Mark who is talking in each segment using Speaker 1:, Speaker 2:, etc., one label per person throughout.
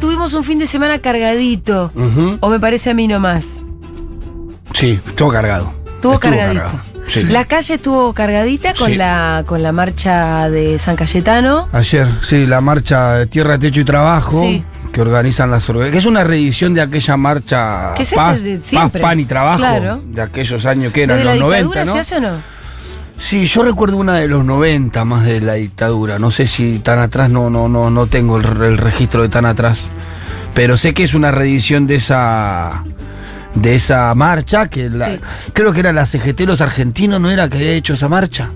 Speaker 1: tuvimos un fin de semana cargadito.
Speaker 2: Ujú.
Speaker 1: O me parece a mí nomás.
Speaker 2: Sí, estuvo cargado.
Speaker 1: Estuvo,
Speaker 2: Estuvo
Speaker 1: cargadito.
Speaker 2: cargado, sí.
Speaker 1: La calle estuvo cargadita con,
Speaker 2: Sí.
Speaker 1: la, con la marcha de San Cayetano.
Speaker 2: Ayer, sí, la marcha de Tierra, Techo y Trabajo
Speaker 1: Sí.
Speaker 2: que organizan las orga- que es una reedición de aquella marcha
Speaker 1: Que se
Speaker 2: paz,
Speaker 1: hace de
Speaker 2: Paz,
Speaker 1: siempre.
Speaker 2: pan y trabajo
Speaker 1: Claro.
Speaker 2: de aquellos años que eran
Speaker 1: ¿Desde la
Speaker 2: los
Speaker 1: dictadura
Speaker 2: 90, ¿no?
Speaker 1: se hace o no?
Speaker 2: Sí, yo recuerdo una de los 90 más de la dictadura, no sé si tan atrás no no no no tengo el, el registro de tan atrás, pero sé que es una reedición de esa de esa marcha que la-
Speaker 1: Sí.
Speaker 2: creo que era la CGT los argentinos no era que había hecho esa marcha.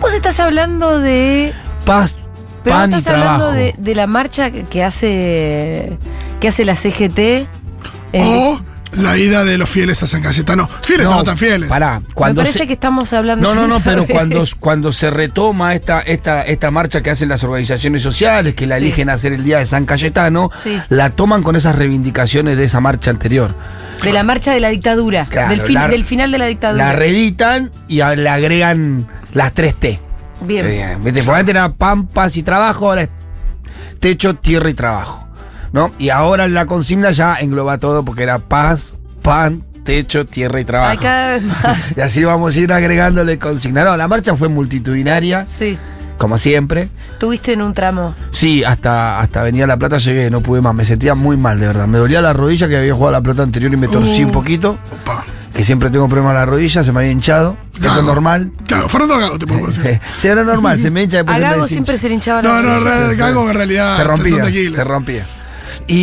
Speaker 1: Vos estás hablando de.
Speaker 2: Paz,
Speaker 1: Pero
Speaker 2: pan
Speaker 1: no estás
Speaker 2: y trabajo.
Speaker 1: hablando de, de la marcha que- que hace. que hace la CGT. en-
Speaker 2: Oh. Eh.
Speaker 3: O la ida de los fieles a San Cayetano. Fieles o no tan fieles.
Speaker 2: Pará, cuando
Speaker 1: me parece
Speaker 2: se-
Speaker 1: que estamos hablando.
Speaker 2: No, no, no,
Speaker 1: sin
Speaker 2: pero
Speaker 1: saber.
Speaker 2: cuando, cuando se retoma esta, esta, esta marcha que hacen las organizaciones sociales, que la
Speaker 1: Sí.
Speaker 2: eligen a hacer el día de San Cayetano,
Speaker 1: Sí.
Speaker 2: la toman con esas reivindicaciones de esa marcha anterior.
Speaker 1: De la marcha de la dictadura.
Speaker 2: Claro,
Speaker 1: del, fin-
Speaker 2: la-
Speaker 1: del final de la dictadura.
Speaker 2: La reeditan y a- le agregan las tres T.
Speaker 1: Bien.
Speaker 2: Eh, ¿viste? Porque antes era pampas y trabajo, ahora es techo, tierra y trabajo. ¿no? Y ahora la consigna ya engloba todo porque era paz, pan, techo, tierra y trabajo.
Speaker 1: Ay, cada vez más.
Speaker 2: Y así vamos a ir agregándole consigna. No, la marcha fue multitudinaria,
Speaker 1: Sí.
Speaker 2: como siempre.
Speaker 1: Tuviste en un tramo.
Speaker 2: Sí, hasta, hasta Avenida La Plata llegué, no pude más. Me sentía muy mal, de verdad. Me dolía la rodilla que había jugado la plata anterior y me torcí
Speaker 3: Uh.
Speaker 2: un poquito.
Speaker 3: Opa.
Speaker 2: Que siempre tengo problemas en la rodilla, se me había hinchado. Eso
Speaker 3: Gago.
Speaker 2: es normal.
Speaker 3: Claro, Fernando Gago, te puedo decir.
Speaker 2: sí, era normal, se me hincha después
Speaker 1: A
Speaker 2: se me
Speaker 1: Gago
Speaker 2: deshincha.
Speaker 1: siempre se le hinchaba la
Speaker 3: No, no,
Speaker 1: rodilla.
Speaker 3: re-
Speaker 2: sí,
Speaker 3: Gago
Speaker 2: sí.
Speaker 3: en realidad.
Speaker 2: Se
Speaker 3: tendón Ah, de
Speaker 2: rompía,
Speaker 3: Aquiles.
Speaker 2: se rompía.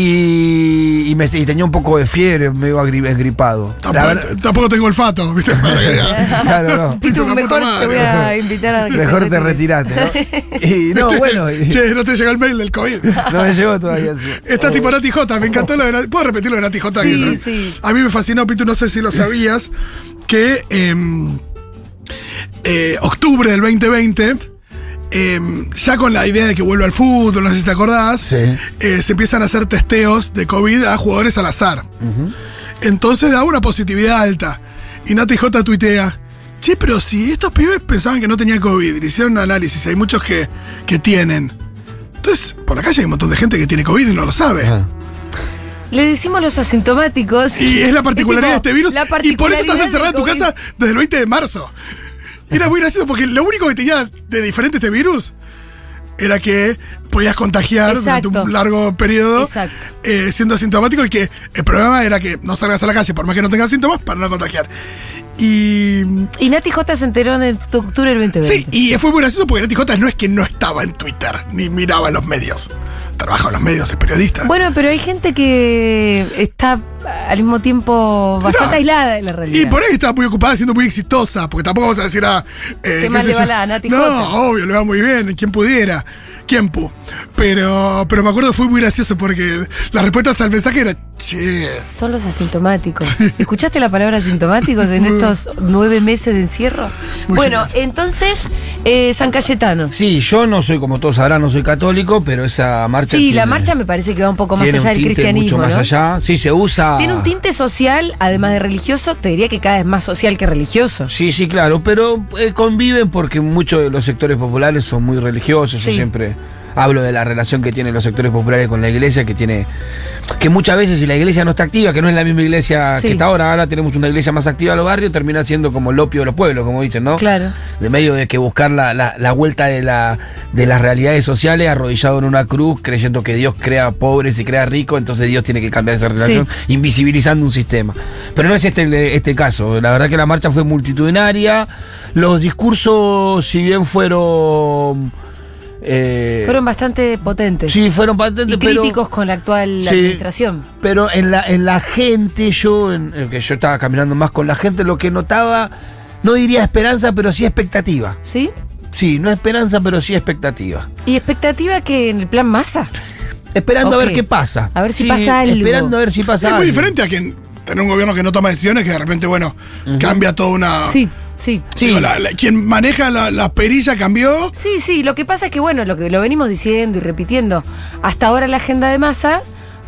Speaker 2: Y, y me- y tenía un poco de fiebre, medio agri- engripado. La
Speaker 3: Tampoco,
Speaker 2: verdad-
Speaker 3: tampoco tengo olfato, ¿viste?
Speaker 2: claro, no.
Speaker 1: Y tú
Speaker 3: Una puta
Speaker 1: mejor te
Speaker 3: madre.
Speaker 1: voy a invitar a que
Speaker 2: Mejor te
Speaker 1: retires.
Speaker 2: retiraste, ¿no? Y no, bueno, y-
Speaker 3: Este, Che, no te llegó el mail del COVID.
Speaker 2: no me llegó todavía. sí.
Speaker 3: Está tipo Nati J, me encantó lo de Nati. ¿Puedo repetir lo de Nati J?
Speaker 1: Oh. Sí,
Speaker 3: Que-
Speaker 1: sí.
Speaker 3: A mí me fascinó, Pitu, no sé si lo sabías, que em, eh, octubre del 2020, em, ya con la idea de que vuelva al fútbol, no sé si te acordás,
Speaker 2: Sí.
Speaker 3: eh, se empiezan a hacer testeos de COVID a jugadores al azar. Entonces da una positividad alta. Y Nati J tuitea. Che, pero si estos pibes pensaban que no tenía COVID, le hicieron un análisis, hay muchos que, que tienen. Entonces, por la calle hay un montón de gente que tiene COVID y no lo sabe.
Speaker 2: Claro.
Speaker 1: Le decimos los asintomáticos.
Speaker 3: Y es la particularidad
Speaker 1: tipo,
Speaker 3: de este virus.
Speaker 1: la
Speaker 3: Y por eso estás
Speaker 1: particularidad
Speaker 3: encerrado en tu
Speaker 1: del
Speaker 3: casa desde el 20 de marzo. Y era muy gracioso porque lo único que tenía de diferente este virus era que podías contagiar
Speaker 1: Exacto.
Speaker 3: durante un largo periodo
Speaker 1: Exacto.
Speaker 3: eh, siendo asintomático y que el problema era que no salgas a la calle por más que no tengas síntomas para no contagiar. Y.
Speaker 1: Y Nati J se enteró en el tu- octubre del 2020.
Speaker 3: Sí, y fue muy gracioso porque Nati J no es que no estaba en Twitter ni miraba los medios. Trabaja en los medios, es periodista.
Speaker 1: Bueno, pero hay gente que está al mismo tiempo bastante
Speaker 3: No.
Speaker 1: aislada de la
Speaker 3: Y
Speaker 1: realidad.
Speaker 3: por ahí estaba muy ocupada siendo muy exitosa, porque tampoco vamos a decir a. Eh,
Speaker 1: Qué mal
Speaker 3: sé
Speaker 1: le va
Speaker 3: yo.
Speaker 1: la Nati
Speaker 3: No,
Speaker 1: Jota.
Speaker 3: obvio, le va muy bien, quien pudiera. Quien pu. Pero, pero me acuerdo fue muy gracioso porque las respuestas al mensaje era che.
Speaker 1: Son los asintomáticos. ¿Escuchaste la palabra asintomáticos en
Speaker 2: Mm.
Speaker 1: estos nueve meses de encierro? bueno, entonces, eh, San Cayetano.
Speaker 2: Sí, yo no soy, como todos sabrán, no soy católico, pero esa marcha.
Speaker 1: Sí, la
Speaker 2: tiene-
Speaker 1: marcha me parece que va un poco más
Speaker 2: tiene
Speaker 1: allá
Speaker 2: un
Speaker 1: del
Speaker 2: tinte
Speaker 1: cristianismo.
Speaker 2: Mucho más
Speaker 1: ¿no?
Speaker 2: allá. Sí, se usa.
Speaker 1: Tiene un tinte social, además de religioso, te diría que cada vez más social que religioso.
Speaker 2: Sí, sí, claro, pero eh, conviven porque muchos de los sectores populares son muy religiosos. Yo
Speaker 1: Sí.
Speaker 2: siempre hablo de la relación que tienen los sectores populares con la iglesia, que tiene. que muchas veces si la iglesia no está activa, que no es la misma iglesia
Speaker 1: Sí.
Speaker 2: que está ahora, ahora tenemos una iglesia más activa en los barrios, termina siendo como el opio de los pueblos, como dicen, ¿no?
Speaker 1: Claro.
Speaker 2: De medio de que buscar la, la- la vuelta de, la, de las realidades sociales, arrodillado en una cruz, creyendo que Dios crea pobres y crea ricos, entonces Dios tiene que cambiar esa relación, invisibilizando un sistema. Pero no es este el- este caso. La verdad que la marcha fue multitudinaria. Los discursos, si bien fueron. eh,
Speaker 1: Fueron bastante potentes.
Speaker 2: sí, fueron patentes,
Speaker 1: y críticos con la actual
Speaker 2: Sí.
Speaker 1: administración.
Speaker 2: pero en la, en la gente, yo, en, en que yo estaba caminando más con la gente, lo que notaba, no diría esperanza, pero sí expectativa.
Speaker 1: ¿Sí?
Speaker 2: Sí, no esperanza, pero sí expectativa.
Speaker 1: Y expectativa que en el plan masa.
Speaker 2: Esperando
Speaker 1: Ok.
Speaker 2: a ver qué pasa.
Speaker 1: A ver si pasa algo.
Speaker 2: Esperando a ver si pasa
Speaker 3: es muy
Speaker 2: algo.
Speaker 3: diferente a quien tener un gobierno que no toma decisiones, que de repente, bueno, cambia toda
Speaker 2: Ah.
Speaker 3: una.
Speaker 1: Sí, sí.
Speaker 2: Sí.
Speaker 3: Digo, la- la- quien maneja la, la perilla cambió.
Speaker 1: Sí, sí, lo que pasa es que, bueno, lo que lo venimos diciendo y repitiendo, hasta ahora la agenda de masa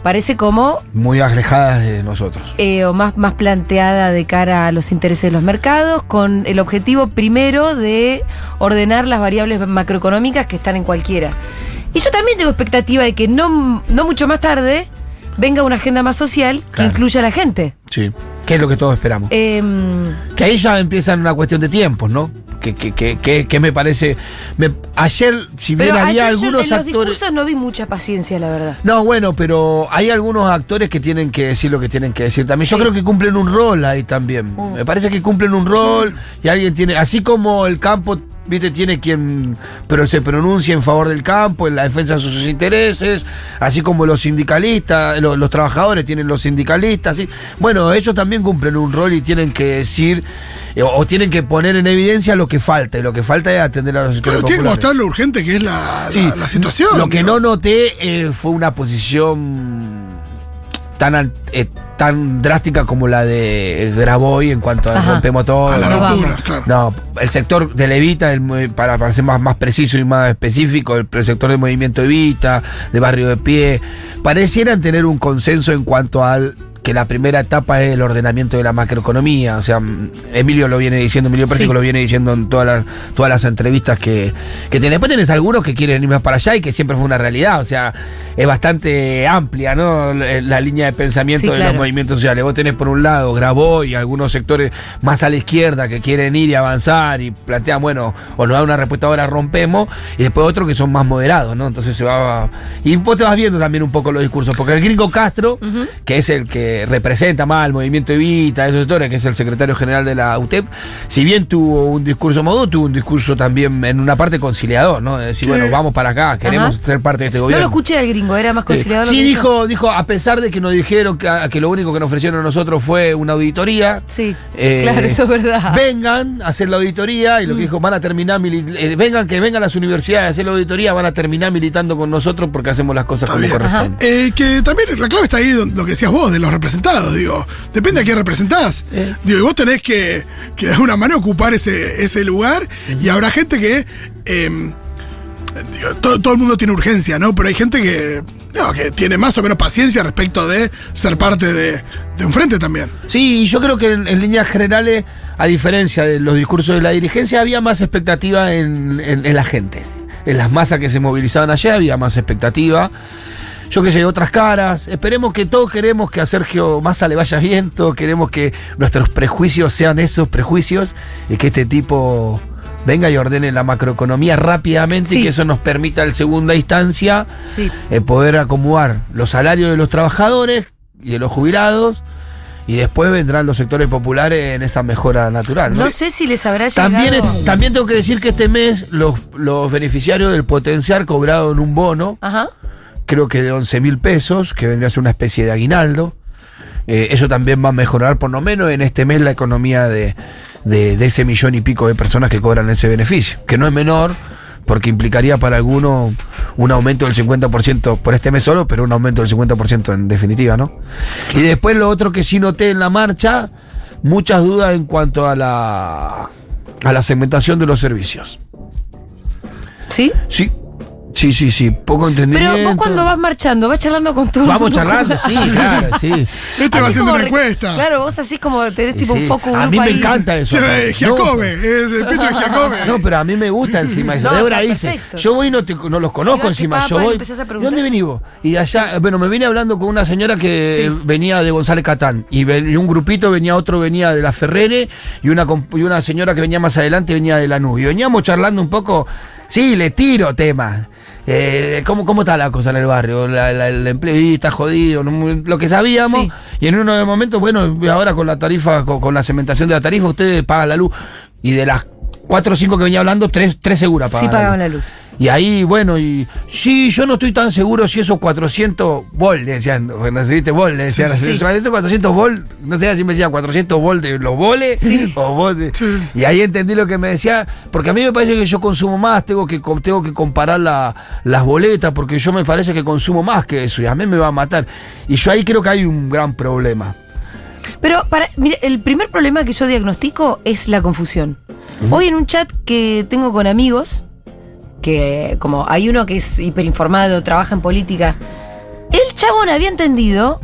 Speaker 1: parece como
Speaker 2: Muy alejadas de nosotros.
Speaker 1: eh, o más, más planteada de cara a los intereses de los mercados, con el objetivo primero de ordenar las variables macroeconómicas que están en cualquiera. Y yo también tengo expectativa de que no, no mucho más tarde venga una agenda más social que
Speaker 2: Claro.
Speaker 1: incluya a la gente.
Speaker 2: Sí. Que es lo que todos esperamos.
Speaker 1: Em,
Speaker 2: Que ahí ya empiezan una cuestión de tiempos, ¿no? Que, que, que, que, que me parece. me- ayer, si bien
Speaker 1: pero ayer
Speaker 2: había
Speaker 1: yo
Speaker 2: algunos
Speaker 1: en los
Speaker 2: actores.
Speaker 1: discursos no vi mucha paciencia, la verdad.
Speaker 2: No, bueno, pero hay algunos actores que tienen que decir lo que tienen que decir también. Yo
Speaker 1: Sí.
Speaker 2: creo que cumplen un rol ahí también.
Speaker 1: Mm.
Speaker 2: Me parece que cumplen un rol y alguien tiene, así como el campo, viste, tiene quien pero se pronuncia en favor del campo, en la defensa de sus intereses, así como los sindicalistas, lo- los, trabajadores tienen los sindicalistas, ¿sí? bueno, ellos también cumplen un rol y tienen que decir eh, o, o tienen que poner en evidencia lo que falta y lo que falta es atender a los sectores
Speaker 3: Claro, tiene que
Speaker 2: populares.
Speaker 3: mostrar lo urgente que es la, la-
Speaker 2: Sí,
Speaker 3: la situación.
Speaker 2: Lo que
Speaker 3: digo.
Speaker 2: no noté eh, fue una posición tan, al- eh, tan drástica como la de Graboy en cuanto a
Speaker 1: Ajá.
Speaker 2: rompemos todo.
Speaker 3: A Ah, la
Speaker 1: No
Speaker 3: ruptura,
Speaker 1: vamos.
Speaker 3: claro.
Speaker 2: No, el sector de Levita, el movi- para, para ser más, más preciso y más específico, el, el sector del movimiento Evita, de Barrio de Pie, parecieran tener un consenso en cuanto al que la primera etapa es el ordenamiento de la macroeconomía. O sea, mm, Emilio lo viene diciendo, Emilio Pérsico
Speaker 1: Sí.
Speaker 2: lo viene diciendo en todas las, todas las entrevistas que, que tenés. Después tenés algunos que quieren ir más para allá y que siempre fue una realidad. O sea, es bastante amplia, ¿no? La, la línea de
Speaker 1: Sí,
Speaker 2: pensamiento de
Speaker 1: claro.
Speaker 2: los movimientos sociales. Vos tenés por un lado Grabois y algunos sectores más a la izquierda que quieren ir y avanzar y plantean, bueno, o nos da una respuesta ahora rompemos, y después otros que son más moderados, ¿no? Entonces se va. Y vos te vas viendo también un poco los discursos, porque el gringo Castro, que es el que representa más al movimiento Evita, esos sectores, que es el secretario general de la UTEP, si bien tuvo un discurso modo, tuvo un discurso también en una parte conciliador, ¿no? De decir,
Speaker 3: ¿Qué?
Speaker 2: bueno, vamos para acá, queremos
Speaker 1: Ajá.
Speaker 2: ser parte de este
Speaker 1: No
Speaker 2: gobierno.
Speaker 1: lo escuché al gringo, era más conciliador. lo
Speaker 2: Eh, Sí,
Speaker 1: que
Speaker 2: dijo, dijo, a pesar de que nos dijeron que, que lo único que nos ofrecieron a nosotros fue una auditoría.
Speaker 1: Sí,
Speaker 2: eh,
Speaker 1: claro, eso es verdad. Mm.
Speaker 2: Vengan a hacer la auditoría y lo que dijo, van a terminar, mili- eh, vengan que vengan las universidades a hacer la auditoría, van a terminar militando con nosotros porque hacemos las cosas
Speaker 3: Está
Speaker 2: como
Speaker 3: bien.
Speaker 2: corresponden.
Speaker 3: Eh, que también la clave está ahí, don- lo que decías vos, de los representados, digo. Depende a quién representás. Digo, y vos tenés que, que de alguna manera ocupar ese, ese lugar y habrá gente que. em, digo, todo, todo el mundo tiene urgencia, ¿no? Pero hay gente que. no, que tiene más o menos paciencia respecto de ser parte de, de un frente también.
Speaker 2: Sí, y yo creo que en, en líneas generales, a diferencia de los discursos de la dirigencia, había más expectativa en, en- en la gente. En las masas que se movilizaban ayer había más expectativa. Yo qué sé, otras caras. Esperemos que todos queremos que a Sergio Massa le vaya bien, todos queremos que nuestros prejuicios sean esos prejuicios y que este tipo venga y ordene la macroeconomía rápidamente
Speaker 1: Sí.
Speaker 2: y que eso nos permita en segunda instancia
Speaker 1: Sí.
Speaker 2: eh, poder acomodar los salarios de los trabajadores y de los jubilados y después vendrán los sectores populares en esa mejora natural. ¿no?
Speaker 1: No sé si les habrá llegado.
Speaker 2: También, es- también tengo que decir que este mes los, los beneficiarios del potencial cobraron un bono,
Speaker 1: Ajá.
Speaker 2: creo que de 11 mil pesos, que vendría a ser una especie de aguinaldo. Eh, eso también va a mejorar por lo menos en este mes la economía de, de- de ese millón y pico de personas que cobran ese beneficio, que no es menor porque implicaría para algunos un aumento del 50% por este mes solo, pero un aumento del 50% en definitiva, ¿no? Y después lo otro que sí noté en la marcha, muchas dudas en cuanto a la, a la segmentación de los servicios.
Speaker 1: ¿Sí?
Speaker 2: Sí, sí, sí, sí, poco entendimiento.
Speaker 1: Pero vos cuando vas marchando, vas charlando con todo el
Speaker 2: Vamos
Speaker 1: mundo.
Speaker 2: charlando, sí, claro, sí.
Speaker 3: Este va
Speaker 1: Así
Speaker 3: haciendo
Speaker 1: como
Speaker 3: una
Speaker 1: re-
Speaker 3: encuesta.
Speaker 1: Claro, vos así como tenés
Speaker 2: Y
Speaker 1: tipo un
Speaker 2: sí,
Speaker 1: foco
Speaker 2: A mí me encanta eso.
Speaker 3: Eh, Giacobbe, es el pito de Giacobbe.
Speaker 2: No, pero a mí me gusta encima eso.
Speaker 1: No,
Speaker 2: Débora
Speaker 1: está
Speaker 2: dice,
Speaker 1: perfecto.
Speaker 2: yo voy y no, te- no los conozco
Speaker 1: Iba
Speaker 2: encima,
Speaker 1: encima,
Speaker 2: yo
Speaker 1: pa, y
Speaker 2: voy.
Speaker 1: empezás a
Speaker 2: ¿De
Speaker 1: preguntar.
Speaker 2: dónde venís vos? Y de allá, bueno, me vine hablando con una señora que
Speaker 1: Sí.
Speaker 2: venía de González Catán y, ven- y un grupito venía, otro venía de la Ferrere y una, comp- y una señora que venía más adelante venía de la Y veníamos charlando un poco, sí, le tiro temas. Eh, ¿cómo, ¿Cómo está la cosa en el barrio? La- la- el empleo y está jodido, no muy- lo que sabíamos.
Speaker 1: Sí.
Speaker 2: Y en uno de los momentos, bueno, ahora con la tarifa, con, con la cementación de la tarifa, ustedes pagan la luz. Y de las cuatro o cinco que venía hablando, tres, tres seguras
Speaker 1: Sí pagaban la luz.
Speaker 2: Y ahí, bueno, y sí, yo no estoy tan seguro si esos 400 volt, le decían, bueno, ¿sí ¿viste? Volt, le decían,
Speaker 1: Sí, sí.
Speaker 2: esos 400 volt, no sé si me decían 400 volt de los boles
Speaker 1: Sí.
Speaker 2: o volt de-
Speaker 3: Sí.
Speaker 2: Y ahí entendí lo que me decía, porque a mí me parece que yo consumo más, tengo que, com- tengo que comparar la- las boletas, porque yo me parece que consumo más que eso, y a mí me va a matar. Y yo ahí creo que hay un gran problema.
Speaker 1: Pero para, mire, el primer problema que yo diagnostico es la confusión. Hoy en un chat que tengo con amigos, que como hay uno que es hiperinformado, trabaja en política, el chabón había entendido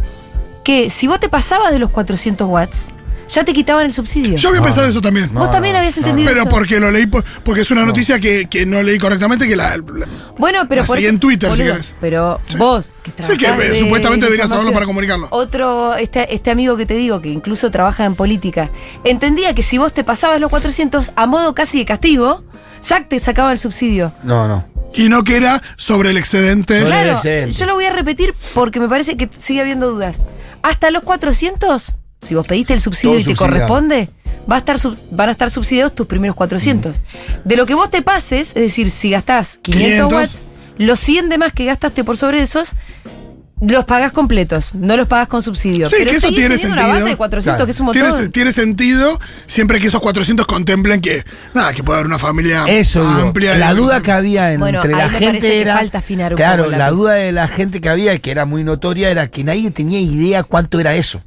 Speaker 1: que si vos te pasabas de los 400 watts, Ya te quitaban el subsidio.
Speaker 3: Yo había pensado eso también.
Speaker 1: Vos
Speaker 2: Ah,
Speaker 1: también habías entendido
Speaker 3: Pero
Speaker 1: eso.
Speaker 3: porque lo leí, por- porque es una noticia que, que no leí correctamente, que la... la-
Speaker 1: Bueno, pero
Speaker 3: La
Speaker 1: por
Speaker 3: seguí
Speaker 1: eso-
Speaker 3: Ah, en Twitter, si
Speaker 1: boludo,
Speaker 3: querés.
Speaker 1: Pero
Speaker 3: Sí.
Speaker 1: vos, que
Speaker 3: Sí, que,
Speaker 1: trabajás
Speaker 3: eh,
Speaker 1: de-
Speaker 3: supuestamente
Speaker 1: de
Speaker 3: deberías saberlo
Speaker 1: información.
Speaker 3: para comunicarlo.
Speaker 1: Otro, este, este amigo que te digo, que incluso trabaja en política, entendía que si vos te pasabas los 400 a modo casi de castigo, SAC te sacaba el subsidio.
Speaker 2: No, no.
Speaker 3: Y no que era sobre el excedente.
Speaker 2: Sobre- el
Speaker 1: Claro,
Speaker 2: excedente.
Speaker 1: yo lo voy a repetir porque me parece que sigue habiendo dudas. Hasta los 400, si vos pediste el subsidio
Speaker 2: Todo
Speaker 1: y te
Speaker 2: subsidiado.
Speaker 1: corresponde, va a estar sub- van a estar subsidiados tus primeros 400.
Speaker 2: Mm.
Speaker 1: De lo que vos te pases, es decir, si gastás 500,
Speaker 3: 500.
Speaker 1: watts, los 100 demás que gastaste por sobre esos, los pagás completos, no los pagás con subsidio.
Speaker 3: Sí,
Speaker 1: Pero
Speaker 3: que eso
Speaker 1: seguís
Speaker 3: tiene
Speaker 1: teniendo una
Speaker 3: sentido.
Speaker 1: base de 400,
Speaker 2: Claro.
Speaker 1: que es un montón.
Speaker 3: Tiene, tiene sentido siempre que esos 400 contemplen que, nada, que puede haber una familia
Speaker 2: Eso digo.
Speaker 3: amplia.
Speaker 2: La
Speaker 3: y-
Speaker 2: duda que había en-
Speaker 1: Bueno,
Speaker 2: entre
Speaker 1: ahí
Speaker 2: la
Speaker 1: me
Speaker 2: gente
Speaker 1: parece que
Speaker 2: era.
Speaker 1: falta afinar un
Speaker 2: claro,
Speaker 1: poco la
Speaker 2: la
Speaker 1: cosa.
Speaker 2: duda de la gente que había, que era muy notoria, era que nadie tenía idea cuánto era eso.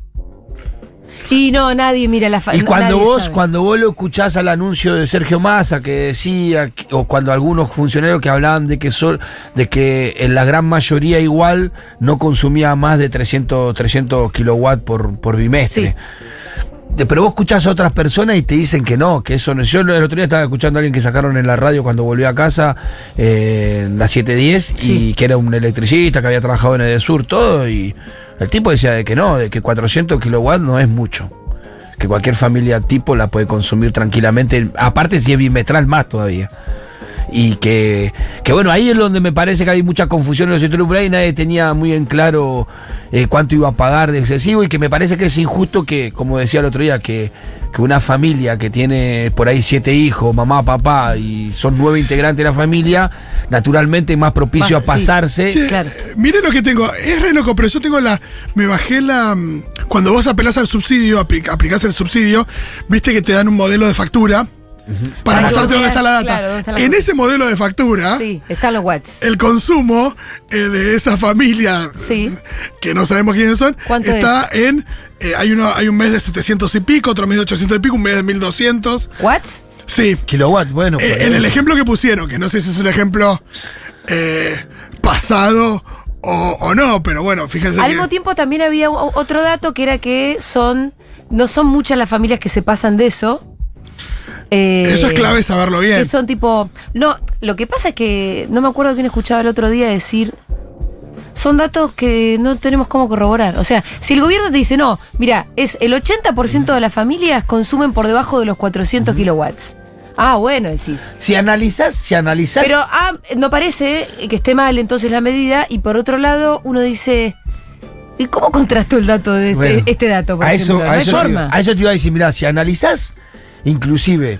Speaker 1: Y no, nadie mira la fa-
Speaker 2: Y cuando
Speaker 1: nadie
Speaker 2: vos,
Speaker 1: sabe.
Speaker 2: cuando vos lo escuchás al anuncio de Sergio Massa que decía, que- o cuando algunos funcionarios que hablaban de que sol, de que en la gran mayoría igual no consumía más de 300, 300 kilowatts por, por bimestre. De- Pero vos escuchás a otras personas y te dicen que no, que eso no. Yo el otro día estaba escuchando a alguien que sacaron en la radio cuando volví a casa, eh, en las 7.10, y
Speaker 1: Sí.
Speaker 2: que era un electricista que había trabajado en el sur, todo, y el tipo decía de que no, de que 400 kilowatts no es mucho que cualquier familia tipo la puede consumir tranquilamente, aparte si es bimestral más todavía. Y que, que bueno, ahí es donde me parece que hay mucha confusión en los sectores populares y nadie tenía muy en claro eh, cuánto iba a pagar de excesivo y que me parece que es injusto que, como decía el otro día, que, que una familia que tiene por ahí siete hijos, mamá, papá y son nueve integrantes de la familia, naturalmente es más propicio a
Speaker 1: Pasa, sí.
Speaker 2: pasarse.
Speaker 3: Che,
Speaker 1: Claro.
Speaker 3: Mire lo que tengo, es re loco, pero yo tengo la. Me bajé la. mm, Cuando vos apelás al subsidio, apli- aplicás el subsidio, viste que te dan un modelo de factura para
Speaker 1: Para
Speaker 3: mostrarte
Speaker 1: que
Speaker 3: dónde
Speaker 1: veas,
Speaker 3: está la data.
Speaker 1: claro, dónde está la
Speaker 3: en
Speaker 1: cosa.
Speaker 3: ese modelo de factura,
Speaker 1: Sí, están los watts.
Speaker 3: el consumo eh, de esa familia,
Speaker 1: Sí.
Speaker 3: que no sabemos quiénes son,
Speaker 1: ¿Cuánto
Speaker 3: está en. eh, hay, uno, hay un mes de 700 y pico, otro mes de 800 y pico, un mes de 1200.
Speaker 1: ¿Watts?
Speaker 3: Sí.
Speaker 2: Kilowatt, bueno.
Speaker 3: Eh,
Speaker 2: por
Speaker 3: en el
Speaker 2: ahí.
Speaker 3: ejemplo que pusieron, que no sé si es un ejemplo eh, pasado o, o no, pero bueno, fíjense
Speaker 1: Al
Speaker 3: que-
Speaker 1: mismo tiempo también había o- otro dato que era que son no son muchas las familias que se pasan de eso. Eh,
Speaker 3: eso es clave saberlo bien.
Speaker 1: Que son tipo, no, lo que pasa es que no me acuerdo quién escuchaba el otro día decir son datos que no tenemos cómo corroborar. O sea, si el gobierno te dice, no, mira, es el 80% de las familias consumen por debajo de los 400 kilowatts. Ah, bueno, decís.
Speaker 2: Si analizás, si analizás.
Speaker 1: Pero ah, no parece que esté mal entonces la medida y por otro lado uno dice, ¿y cómo contrastó el dato de este,
Speaker 2: Bueno,
Speaker 1: este dato? Por
Speaker 2: a
Speaker 1: ejemplo? no
Speaker 2: eso, a,
Speaker 1: hay
Speaker 2: eso te iba,
Speaker 1: forma.
Speaker 2: a eso te iba a decir, mirá, si analizás, inclusive,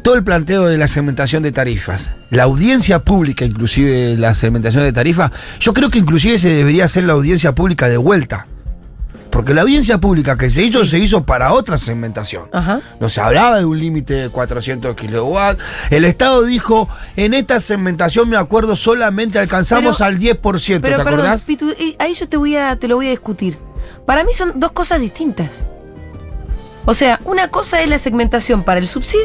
Speaker 2: todo el planteo de la segmentación de tarifas, la audiencia pública, inclusive la segmentación de tarifas, yo creo que inclusive se debería hacer la audiencia pública de vuelta. Porque la audiencia pública que se hizo, se hizo para otra segmentación.
Speaker 1: Ajá.
Speaker 2: No se hablaba de un límite de 400 kilowatts. El Estado dijo, en esta segmentación, me acuerdo, solamente alcanzamos
Speaker 1: Pero-
Speaker 2: al 10%,
Speaker 1: Pero
Speaker 2: ¿te
Speaker 1: perdón,
Speaker 2: acordás?
Speaker 1: Pitu, y ahí yo te voy a, te lo voy a discutir. Para mí son dos cosas distintas. O sea, una cosa es la segmentación para el subsidio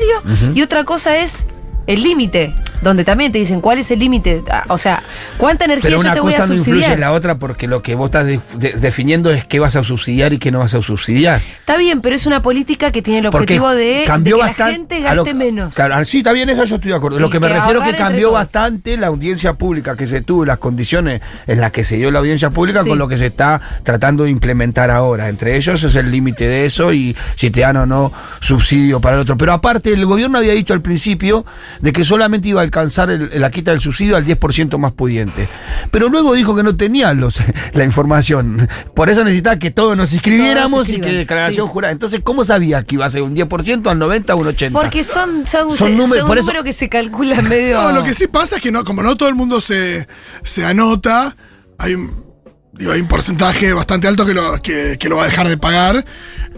Speaker 1: y otra cosa es el límite, donde también te dicen cuál es el límite, Ah, o sea, cuánta energía
Speaker 2: Pero
Speaker 1: yo
Speaker 2: una
Speaker 1: te voy a
Speaker 2: cosa no influye
Speaker 1: subsidiar.
Speaker 2: en la otra porque lo que vos estás de- de- definiendo es qué vas a subsidiar y qué no vas a subsidiar.
Speaker 1: Está bien, pero es una política que tiene el
Speaker 2: Porque
Speaker 1: objetivo de,
Speaker 2: cambió
Speaker 1: de que
Speaker 2: bastante,
Speaker 1: la gente
Speaker 2: a lo-
Speaker 1: gaste menos.
Speaker 2: Claro, ah, sí, está bien, eso yo estoy de acuerdo.
Speaker 1: Y
Speaker 2: Lo que me
Speaker 1: que
Speaker 2: refiero es
Speaker 1: ahorrar
Speaker 2: que
Speaker 1: entre
Speaker 2: cambió
Speaker 1: todos.
Speaker 2: bastante la audiencia pública que se tuvo, las condiciones en las que se dio la audiencia pública
Speaker 1: Sí.
Speaker 2: con lo que se está tratando de implementar ahora. Entre ellos es el límite de eso y si te dan o no subsidio para el otro. Pero aparte, el gobierno había dicho al principio de que solamente iba a alcanzar el- la quita del subsidio al 10% más pudiente. Pero luego dijo que no tenía los, la información. Por eso necesitaba que todos nos inscribiéramos y que
Speaker 1: inscriban,
Speaker 2: declaración
Speaker 1: sí.
Speaker 2: jurada. Entonces, ¿cómo sabía que iba a ser un 10% al 90 o un 80%?
Speaker 1: Porque son, son,
Speaker 2: Son números,
Speaker 1: son
Speaker 2: por eso-
Speaker 1: números que se calculan medio.
Speaker 3: No, lo que sí pasa es que no, como no todo el mundo se, se anota, hay un, digo, hay un porcentaje bastante alto que lo, que, que lo va a dejar de pagar.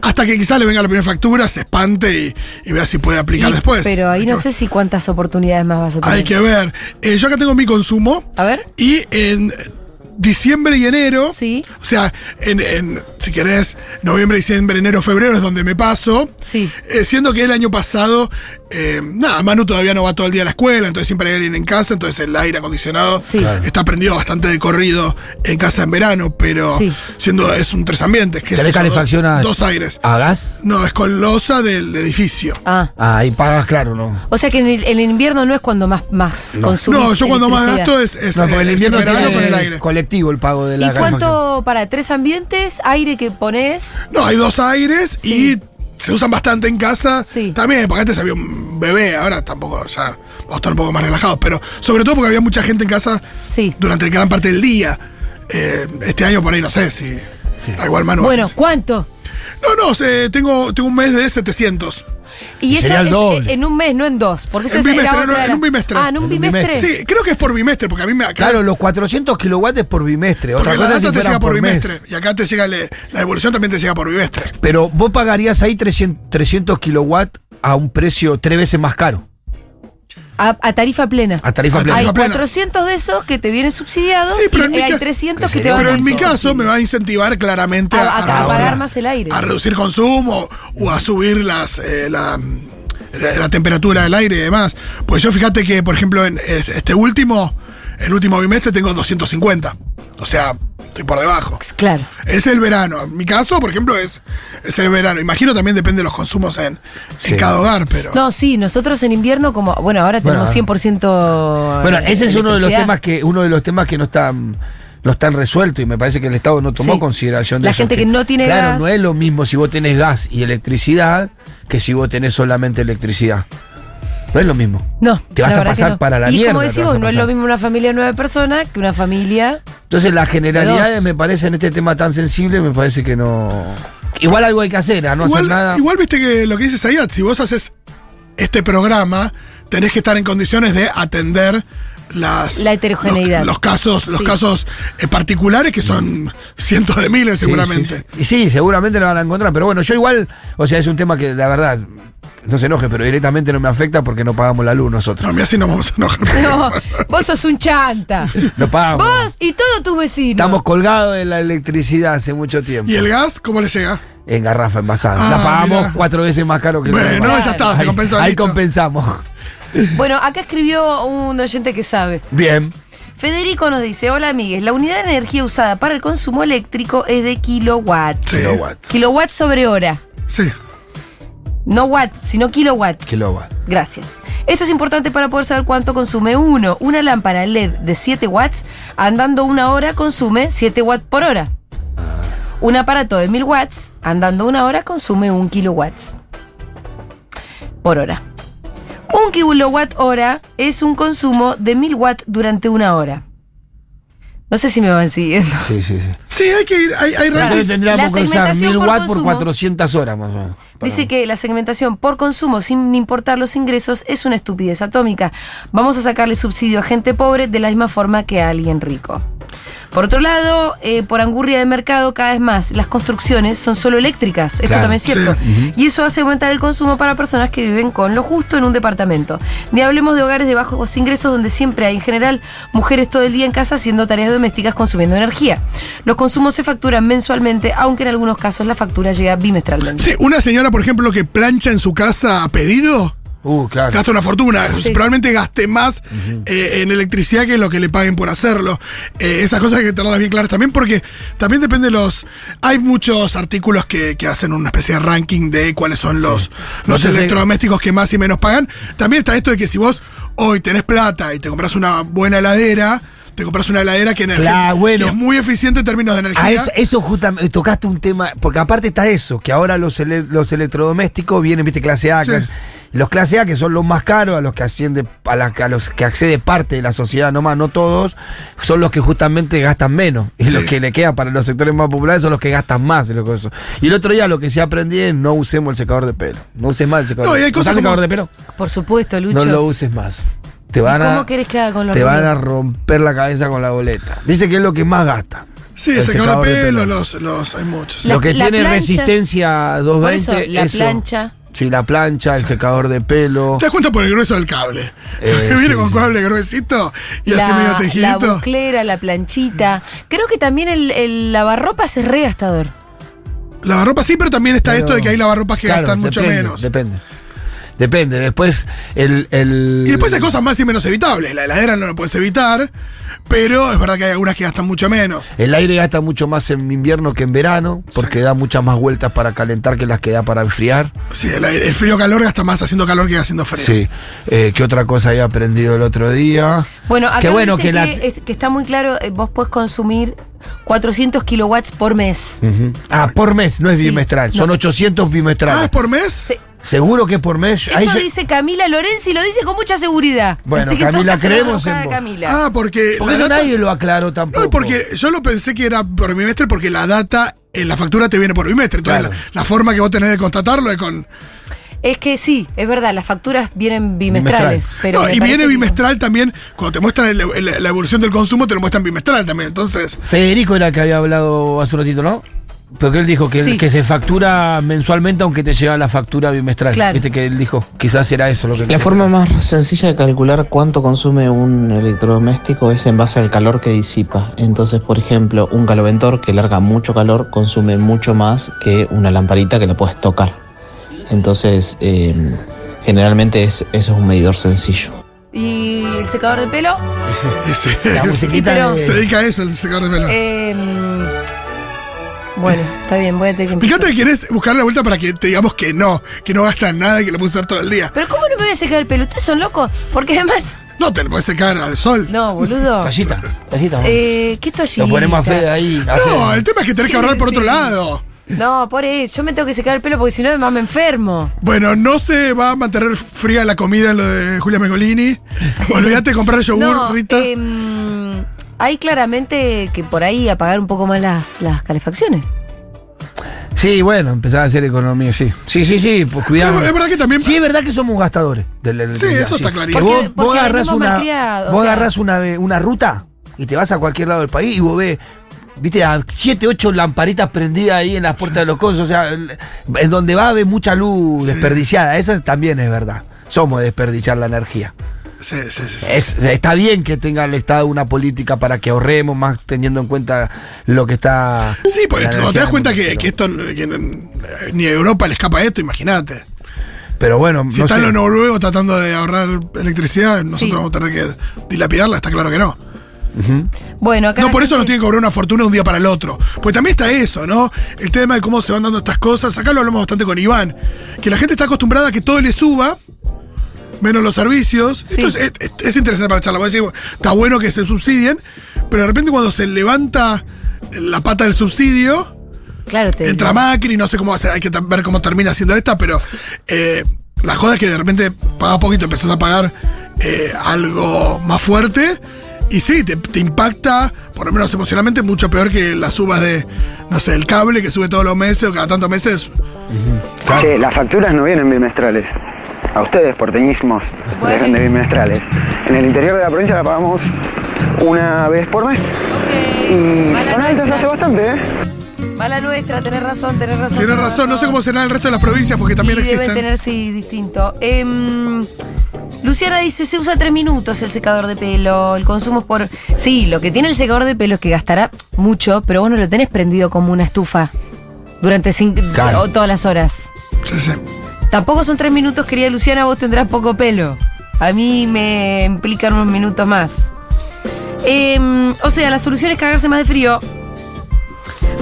Speaker 3: Hasta que quizás le venga la primera factura, se espante y, y vea si puede aplicar
Speaker 1: Y-
Speaker 3: después.
Speaker 1: Pero ahí
Speaker 3: Hay
Speaker 1: no
Speaker 3: que-
Speaker 1: sé si cuántas oportunidades más vas a tener.
Speaker 3: Hay que ver. Eh, yo acá tengo mi consumo.
Speaker 1: A ver.
Speaker 3: Y en- diciembre y enero.
Speaker 1: Sí.
Speaker 3: O sea, en, en, si querés, noviembre, diciembre, enero, febrero es donde me paso.
Speaker 1: Sí.
Speaker 3: Eh, siendo que el año pasado, eh, nada, Manu todavía no va todo el día a la escuela, entonces siempre hay alguien en casa, entonces el aire acondicionado
Speaker 1: Sí.
Speaker 2: Claro.
Speaker 3: está prendido bastante de corrido en casa en verano, pero
Speaker 1: Sí.
Speaker 3: siendo es un tres ambientes, que
Speaker 2: ¿Tenés
Speaker 3: es
Speaker 2: calefacción a-
Speaker 3: dos aires.
Speaker 2: ¿A gas?
Speaker 3: No, es con losa del edificio.
Speaker 1: Ah.
Speaker 2: Ah, ahí pagas, claro, ¿no?
Speaker 1: O sea que en el, en el invierno no es cuando más, más
Speaker 2: No.
Speaker 1: consumís.
Speaker 3: No, yo cuando más
Speaker 1: electricidad.
Speaker 3: gasto es, es,
Speaker 2: No, porque el
Speaker 3: es
Speaker 2: invierno
Speaker 3: verano
Speaker 2: tiene
Speaker 3: con el aire.
Speaker 2: colectivo el pago de la
Speaker 1: ¿Y
Speaker 2: calefacción.
Speaker 1: cuánto para tres ambientes, aire que pones?
Speaker 3: No, hay dos aires
Speaker 1: Sí.
Speaker 3: y se usan bastante en casa.
Speaker 1: Sí.
Speaker 3: También, porque antes había un bebé, ahora tampoco, ya vamos a estar un poco más relajados, pero sobre todo porque había mucha gente en casa
Speaker 1: Sí.
Speaker 3: durante gran parte del día. Eh, este año por ahí no sé si.
Speaker 2: Sí.
Speaker 3: ah, Igual Manu.
Speaker 1: Bueno,
Speaker 3: haces.
Speaker 1: ¿cuánto?
Speaker 3: No, no, sé, tengo, tengo un mes de 700.
Speaker 1: Y esto
Speaker 2: Sería el
Speaker 1: es eh,
Speaker 2: doble.
Speaker 1: en un mes, no en dos. Porque eso
Speaker 3: En
Speaker 1: es
Speaker 3: bimestre,
Speaker 1: la
Speaker 3: no,
Speaker 1: otra de
Speaker 3: en
Speaker 1: la-
Speaker 3: un bimestre.
Speaker 1: Ah, en un
Speaker 2: En un
Speaker 1: bimestre.
Speaker 2: bimestre.
Speaker 3: Sí, creo que es por bimestre, porque a mí me. acá-
Speaker 2: Claro, los 400 kilovatios por bimestre.
Speaker 3: porque
Speaker 2: Otra
Speaker 3: la
Speaker 2: cosa es si
Speaker 3: data te
Speaker 2: fueran
Speaker 3: llega por bimestre.
Speaker 2: mes.
Speaker 3: Y acá te llega le- la devolución también te llega por bimestre.
Speaker 2: Pero vos pagarías ahí 300, 300 kilowatt a un precio tres veces más caro,
Speaker 1: A, a tarifa plena.
Speaker 2: a tarifa
Speaker 3: A
Speaker 2: plena.
Speaker 1: hay
Speaker 3: tarifa plena.
Speaker 1: 400 de esos que te vienen subsidiados
Speaker 3: Sí, pero en
Speaker 1: y
Speaker 3: mi
Speaker 1: hay
Speaker 3: ca-
Speaker 1: 300 que te
Speaker 2: Sería
Speaker 1: van
Speaker 3: Pero en mi
Speaker 1: subsidiar.
Speaker 3: caso me va a incentivar claramente
Speaker 1: a, a- a
Speaker 2: Ah,
Speaker 1: pagar
Speaker 2: sí.
Speaker 1: más el aire.
Speaker 3: a reducir consumo o a subir las, eh, la, la- la temperatura del aire y demás. Pues yo fíjate que, por ejemplo, en es- este último, el último bimestre tengo 250. O sea, estoy por debajo.
Speaker 1: Claro.
Speaker 3: Es el verano. En mi caso, por ejemplo, es, es el verano. Imagino también depende de los consumos en, en
Speaker 2: Sí.
Speaker 3: cada hogar, pero.
Speaker 1: No, sí, nosotros en invierno, como, bueno, ahora
Speaker 2: Bueno,
Speaker 1: tenemos 100%.
Speaker 2: Bueno, ese es uno de los
Speaker 1: electricidad.
Speaker 2: temas que uno de los temas que no están no están resueltos y me parece que el Estado no tomó
Speaker 1: Sí.
Speaker 2: consideración de
Speaker 1: La
Speaker 2: eso,
Speaker 1: gente que no tiene
Speaker 2: claro,
Speaker 1: gas.
Speaker 2: no es lo mismo si vos tenés gas y electricidad que si vos tenés solamente electricidad. No es lo mismo.
Speaker 1: No.
Speaker 2: Te vas
Speaker 1: la
Speaker 2: a
Speaker 1: verdad que
Speaker 2: pasar
Speaker 1: no.
Speaker 2: para la
Speaker 1: Y
Speaker 2: mierda,
Speaker 1: como
Speaker 2: te
Speaker 1: decimos,
Speaker 2: vas a
Speaker 1: no es
Speaker 2: pasar.
Speaker 1: lo mismo una familia de nueve personas que una familia.
Speaker 2: Entonces las generalidades
Speaker 1: dos.
Speaker 2: me parece en este tema tan sensible me parece que no igual algo hay que hacer, a no
Speaker 3: igual,
Speaker 2: hacer nada.
Speaker 3: igual viste que lo que dice Sayat, si vos haces este programa, tenés que estar en condiciones de atender las
Speaker 1: La heterogeneidad.
Speaker 3: los, los casos los
Speaker 1: Sí.
Speaker 3: casos eh, particulares que son cientos de miles
Speaker 2: Sí,
Speaker 3: seguramente
Speaker 2: sí, sí. Y sí, seguramente lo van a encontrar, pero bueno, yo igual, o sea, es un tema que la verdad no se enoje, pero directamente no me afecta porque no pagamos la luz
Speaker 3: No,
Speaker 2: nosotros.
Speaker 3: mira, así nos vamos a enojar.
Speaker 1: No, vos sos un chanta.
Speaker 2: No pagamos.
Speaker 1: Vos y todos tus vecinos.
Speaker 2: Estamos colgados de la electricidad hace mucho tiempo.
Speaker 3: ¿Y el gas cómo le llega?
Speaker 2: En garrafa envasada.
Speaker 3: Ah,
Speaker 2: la pagamos
Speaker 3: mirá.
Speaker 2: cuatro veces más caro que el
Speaker 3: Bueno,
Speaker 2: normal.
Speaker 3: ya está, se
Speaker 2: Ahí-
Speaker 3: compensó.
Speaker 2: Ahí
Speaker 3: listo.
Speaker 2: compensamos.
Speaker 1: Bueno, acá escribió un oyente que sabe.
Speaker 2: Bien.
Speaker 1: Federico nos dice, hola amigues, la unidad de energía usada para el consumo eléctrico es de kilowatts.
Speaker 3: Sí.
Speaker 2: Kilowatt.
Speaker 1: Kilowatts sobre hora.
Speaker 3: Sí.
Speaker 1: No watt, sino kilowatt.
Speaker 2: Kilowatt.
Speaker 1: Gracias. Esto es importante para poder saber cuánto consume uno. Una lámpara LED de 7 watts andando una hora consume 7 watts por hora. Un aparato de 1000 watts andando una hora consume 1 kilowatts por hora. Un kilowatt hora es un consumo de 1000 watts durante una hora. No sé si me van siguiendo.
Speaker 2: Sí, sí, sí.
Speaker 3: Sí, hay que ir. Hay, hay
Speaker 2: Entonces
Speaker 3: rankings.
Speaker 2: tendríamos
Speaker 1: la
Speaker 2: que usar
Speaker 1: segmentación
Speaker 2: 1000
Speaker 1: por
Speaker 2: watts por
Speaker 1: consumo.
Speaker 2: 400 horas más o menos.
Speaker 1: Dice que la segmentación por consumo sin importar los ingresos es una estupidez atómica. Vamos a sacarle subsidio a gente pobre de la misma forma que a alguien rico. Por otro lado, eh, por angurria de mercado cada vez más, las construcciones son solo eléctricas, esto
Speaker 2: Claro.
Speaker 1: también es cierto.
Speaker 3: Sí.
Speaker 1: Y eso hace aumentar el consumo para personas que viven con lo justo en un departamento. Ni hablemos de hogares de bajos ingresos donde siempre hay en general mujeres todo el día en casa haciendo tareas domésticas consumiendo energía. Los consumos se facturan mensualmente, aunque en algunos casos la factura llega bimestralmente.
Speaker 3: Sí, una señora, por ejemplo, que plancha en su casa a pedido,
Speaker 2: Uh, claro.
Speaker 3: gasta una fortuna.
Speaker 1: Sí.
Speaker 3: Probablemente gaste más eh, en electricidad que lo que le paguen por hacerlo. Eh, esas cosas hay que tenerlas bien claras también, porque también depende de los. Hay muchos artículos que, que hacen una especie de ranking de cuáles son los, los
Speaker 2: Entonces,
Speaker 3: electrodomésticos que más y menos pagan. También está esto de que si vos hoy tenés plata y te compras una buena heladera. Te compras una heladera que, energe-
Speaker 2: Claro, bueno.
Speaker 3: que es muy eficiente en términos de energía.
Speaker 2: A eso, eso justamente, tocaste un tema, porque aparte está eso, que ahora los, ele- los electrodomésticos vienen, viste, clase A.
Speaker 3: Sí.
Speaker 2: clase- los clase A, que son los más caros, a los que asciende, a, la- a los que accede parte de la sociedad nomás, no todos, son los que justamente gastan menos. Y
Speaker 3: Sí.
Speaker 2: los que le queda para los sectores más populares son los que gastan más. y lo que eso. Y el otro día lo que sí aprendí es no usemos el secador de pelo. No uses más el secador
Speaker 3: No,
Speaker 2: de
Speaker 3: y hay
Speaker 2: pelo. ¿Usás
Speaker 3: cosas como-
Speaker 2: secador de pelo?
Speaker 1: Por supuesto, Lucho.
Speaker 2: No lo uses más. Te van
Speaker 1: ¿Y
Speaker 2: a,
Speaker 1: ¿Cómo querés que haga con los
Speaker 2: te van a
Speaker 1: rulos?
Speaker 2: romper la cabeza con la boleta. Dice que es lo que más gasta.
Speaker 3: Sí,
Speaker 2: El
Speaker 3: se secador de
Speaker 2: secador de
Speaker 3: pelo,
Speaker 2: pelo.
Speaker 3: los, los, hay muchos.
Speaker 1: La-
Speaker 2: lo que tiene
Speaker 1: plancha-
Speaker 2: resistencia
Speaker 1: Por
Speaker 2: 220
Speaker 1: eso, la
Speaker 2: eso.
Speaker 1: plancha,
Speaker 2: Sí, la plancha, el secador de pelo.
Speaker 3: Te das cuenta por el grueso del cable.
Speaker 2: Eh,
Speaker 3: que
Speaker 2: sí,
Speaker 3: viene con
Speaker 2: sí.
Speaker 3: cable gruesito y así medio
Speaker 1: la, la
Speaker 3: tejido.
Speaker 1: buclera, la planchita. Creo que también el, el lavarropas es re gastador.
Speaker 3: Lavarropa sí, pero también está
Speaker 2: Pero-
Speaker 3: esto de que hay lavarropas que
Speaker 2: Claro,
Speaker 3: gastan mucho
Speaker 2: depende,
Speaker 3: menos.
Speaker 2: Depende. Depende. Después el, el-
Speaker 3: Y después hay cosas más y menos evitables. La heladera no lo puedes evitar, pero es verdad que hay algunas que gastan mucho menos.
Speaker 2: El aire gasta mucho más en invierno que en verano, porque da muchas más vueltas para calentar que las que da para enfriar.
Speaker 3: Sí, el, aire- el frío-calor gasta más haciendo calor que haciendo frío. ¿Ah,
Speaker 2: Sí. Eh, ¿Qué otra cosa había aprendido el otro día?
Speaker 1: Bueno, acá
Speaker 2: Qué bueno
Speaker 1: dice que,
Speaker 2: que la-
Speaker 1: es- que está muy claro, eh, vos podés consumir 400 kilowatts por mes.
Speaker 2: Ujú. Ah, por mes, no es
Speaker 1: Sí,
Speaker 2: bimestral. Son
Speaker 1: no.
Speaker 2: 800
Speaker 3: ¿Ah,
Speaker 2: bimestrales.
Speaker 3: es por mes?
Speaker 1: Sí.
Speaker 2: Seguro que es por mes. Ahí
Speaker 1: Esto
Speaker 2: se-
Speaker 1: dice Camila Lorenzi, lo dice con mucha seguridad.
Speaker 2: Bueno,
Speaker 1: Así que
Speaker 2: Camila,
Speaker 1: todos hacen la
Speaker 2: creemos en
Speaker 1: bajada de
Speaker 2: vos.
Speaker 1: Camila.
Speaker 3: Ah, porque.
Speaker 2: Porque
Speaker 3: la
Speaker 2: eso
Speaker 3: data-
Speaker 2: nadie lo aclaró tampoco.
Speaker 3: No, porque yo lo pensé que era por bimestre porque la data en la factura te viene por bimestre. Entonces,
Speaker 2: Claro.
Speaker 3: la, la forma que vos tenés de constatarlo es con.
Speaker 1: Es que sí, es verdad, las facturas vienen bimestrales.
Speaker 2: Bimestral.
Speaker 1: Pero
Speaker 3: No,
Speaker 1: me
Speaker 3: y
Speaker 1: parece
Speaker 3: viene
Speaker 1: que-
Speaker 3: bimestral también. Cuando te muestran el- el- la evolución del consumo, te lo muestran bimestral también. Entonces,
Speaker 2: Federico era el que había hablado hace un ratito, ¿no? Porque él dijo que,
Speaker 1: Sí.
Speaker 2: que se factura mensualmente aunque te llega la factura bimestral.
Speaker 1: Claro.
Speaker 2: Viste que él dijo, quizás era eso lo que...
Speaker 4: La forma más sencilla de calcular cuánto consume un electrodoméstico es en base al calor que disipa. Entonces, por ejemplo, un caloventor que larga mucho calor consume mucho más que una lamparita que la puedes tocar. Entonces, eh, generalmente es- eso es un medidor sencillo.
Speaker 1: ¿Y el secador de pelo?
Speaker 3: ese-
Speaker 2: La musiquita
Speaker 1: pero-
Speaker 2: de-
Speaker 3: se dedica a eso el secador de pelo.
Speaker 1: Eh, bueno, está bien, voy a tener que
Speaker 3: Me
Speaker 1: empezar.
Speaker 3: encanta que querés buscar la vuelta para que te digamos que no, que no gastas nada y que lo puedes usar todo el día.
Speaker 1: Pero ¿cómo no me voy a secar el pelo? ¿Ustedes son locos? Porque además...
Speaker 3: No te lo puedes secar al sol. No,
Speaker 1: No, boludo.
Speaker 2: Tallita, tallita.
Speaker 1: Eh, ¿Qué toallita?
Speaker 2: Lo ponemos a Fede ¿eh? ahí. a Fede.
Speaker 3: el tema es que tenés que ahorrar por otro
Speaker 1: Sí.
Speaker 3: lado.
Speaker 1: No, por eso, yo me tengo que secar el pelo porque si no además me enfermo.
Speaker 3: Bueno, no se va a mantener fría la comida en lo de Julia Mengolini. Olvídate de comprar yogur,
Speaker 1: No,
Speaker 3: Rita.
Speaker 1: em, hay claramente que por ahí apagar un poco más las, las calefacciones.
Speaker 2: Sí, bueno, empezaba a hacer economía, sí. Sí, sí, sí, pues cuidado.
Speaker 3: Pero es verdad que también-
Speaker 2: Sí, es verdad que somos gastadores. de la
Speaker 3: Sí,
Speaker 2: electricidad,
Speaker 3: eso está clarísimo.
Speaker 2: Que
Speaker 1: Porque-
Speaker 2: vos,
Speaker 1: porque
Speaker 2: vos agarrás
Speaker 1: venimos
Speaker 2: una,
Speaker 1: malcriados,
Speaker 2: vos
Speaker 1: o sea.
Speaker 2: agarrás una, ve- una ruta y te vas a cualquier lado del país y vos ves, viste, a 7, 8 lamparitas prendidas ahí en las puertas de los cosos. O sea, el- en donde va a haber mucha luz desperdiciada. Esa también es verdad. Somos de desperdiciar la energía.
Speaker 3: Sí, sí, sí, sí.
Speaker 2: Es- está bien que tenga el Estado una política para que ahorremos, más teniendo en cuenta lo que está.
Speaker 3: Sí, porque
Speaker 2: la
Speaker 3: cuando te
Speaker 2: energía
Speaker 3: das cuenta
Speaker 2: del mundo,
Speaker 3: que, que
Speaker 2: pero-
Speaker 3: esto que n- ni a Europa le escapa esto, imagínate.
Speaker 2: Pero bueno,
Speaker 3: Si
Speaker 2: no
Speaker 3: están
Speaker 2: sé.
Speaker 3: los noruegos tratando de ahorrar electricidad, nosotros
Speaker 1: Sí.
Speaker 3: vamos a tener que dilapidarla, está claro que no.
Speaker 2: Ujú.
Speaker 1: Bueno, acá
Speaker 3: No,
Speaker 1: la
Speaker 3: por eso
Speaker 1: gente-
Speaker 3: nos tienen que cobrar una fortuna un día para el otro. Pues también está eso, ¿no? El tema de cómo se van dando estas cosas. Acá lo hablamos bastante con Iván. Que la gente está acostumbrada a que todo le suba, menos los servicios.
Speaker 1: Sí.
Speaker 3: Esto es, es- es interesante para charlar. Vos decís, bueno, está bueno que se subsidien, pero de repente cuando se levanta la pata del subsidio,
Speaker 1: Claro, te
Speaker 3: entra
Speaker 1: digo.
Speaker 3: Macri, no sé cómo va a ser, hay que tam- ver cómo termina siendo esta, pero eh, la joda es que de repente pagas poquito, empezás a pagar eh, algo más fuerte y sí, te, te impacta, por lo menos emocionalmente, mucho peor que las subas de, no sé, el cable que sube todos los meses o cada tantos meses.
Speaker 2: Claro.
Speaker 5: Che, las facturas no vienen bimestrales. A ustedes, porteñismos,
Speaker 1: Bueno.
Speaker 5: dejan de bimestrales. En el interior de la provincia la pagamos una vez por mes.
Speaker 1: Ok,
Speaker 5: Y
Speaker 1: va la
Speaker 5: son altas
Speaker 1: nuestra,
Speaker 5: hace bastante, ¿eh?
Speaker 1: Va la nuestra, tenés razón, tenés razón.
Speaker 3: Tienes razón, no sé cómo será el resto de las provincias porque también
Speaker 1: Y debe
Speaker 3: existen.
Speaker 1: tener, sí, distinto. Em, Luciana dice, se usa tres minutos el secador de pelo, el consumo es por... Sí, lo que tiene el secador de pelo es que gastará mucho, pero vos no lo tenés prendido como una estufa durante cinco,
Speaker 2: Claro.
Speaker 1: o todas las horas.
Speaker 3: Sí, sí.
Speaker 1: Tampoco son tres minutos, querida Luciana, vos tendrás poco pelo. A mí me implican unos minutos más. Em, o sea, la solución es cagarse más de frío.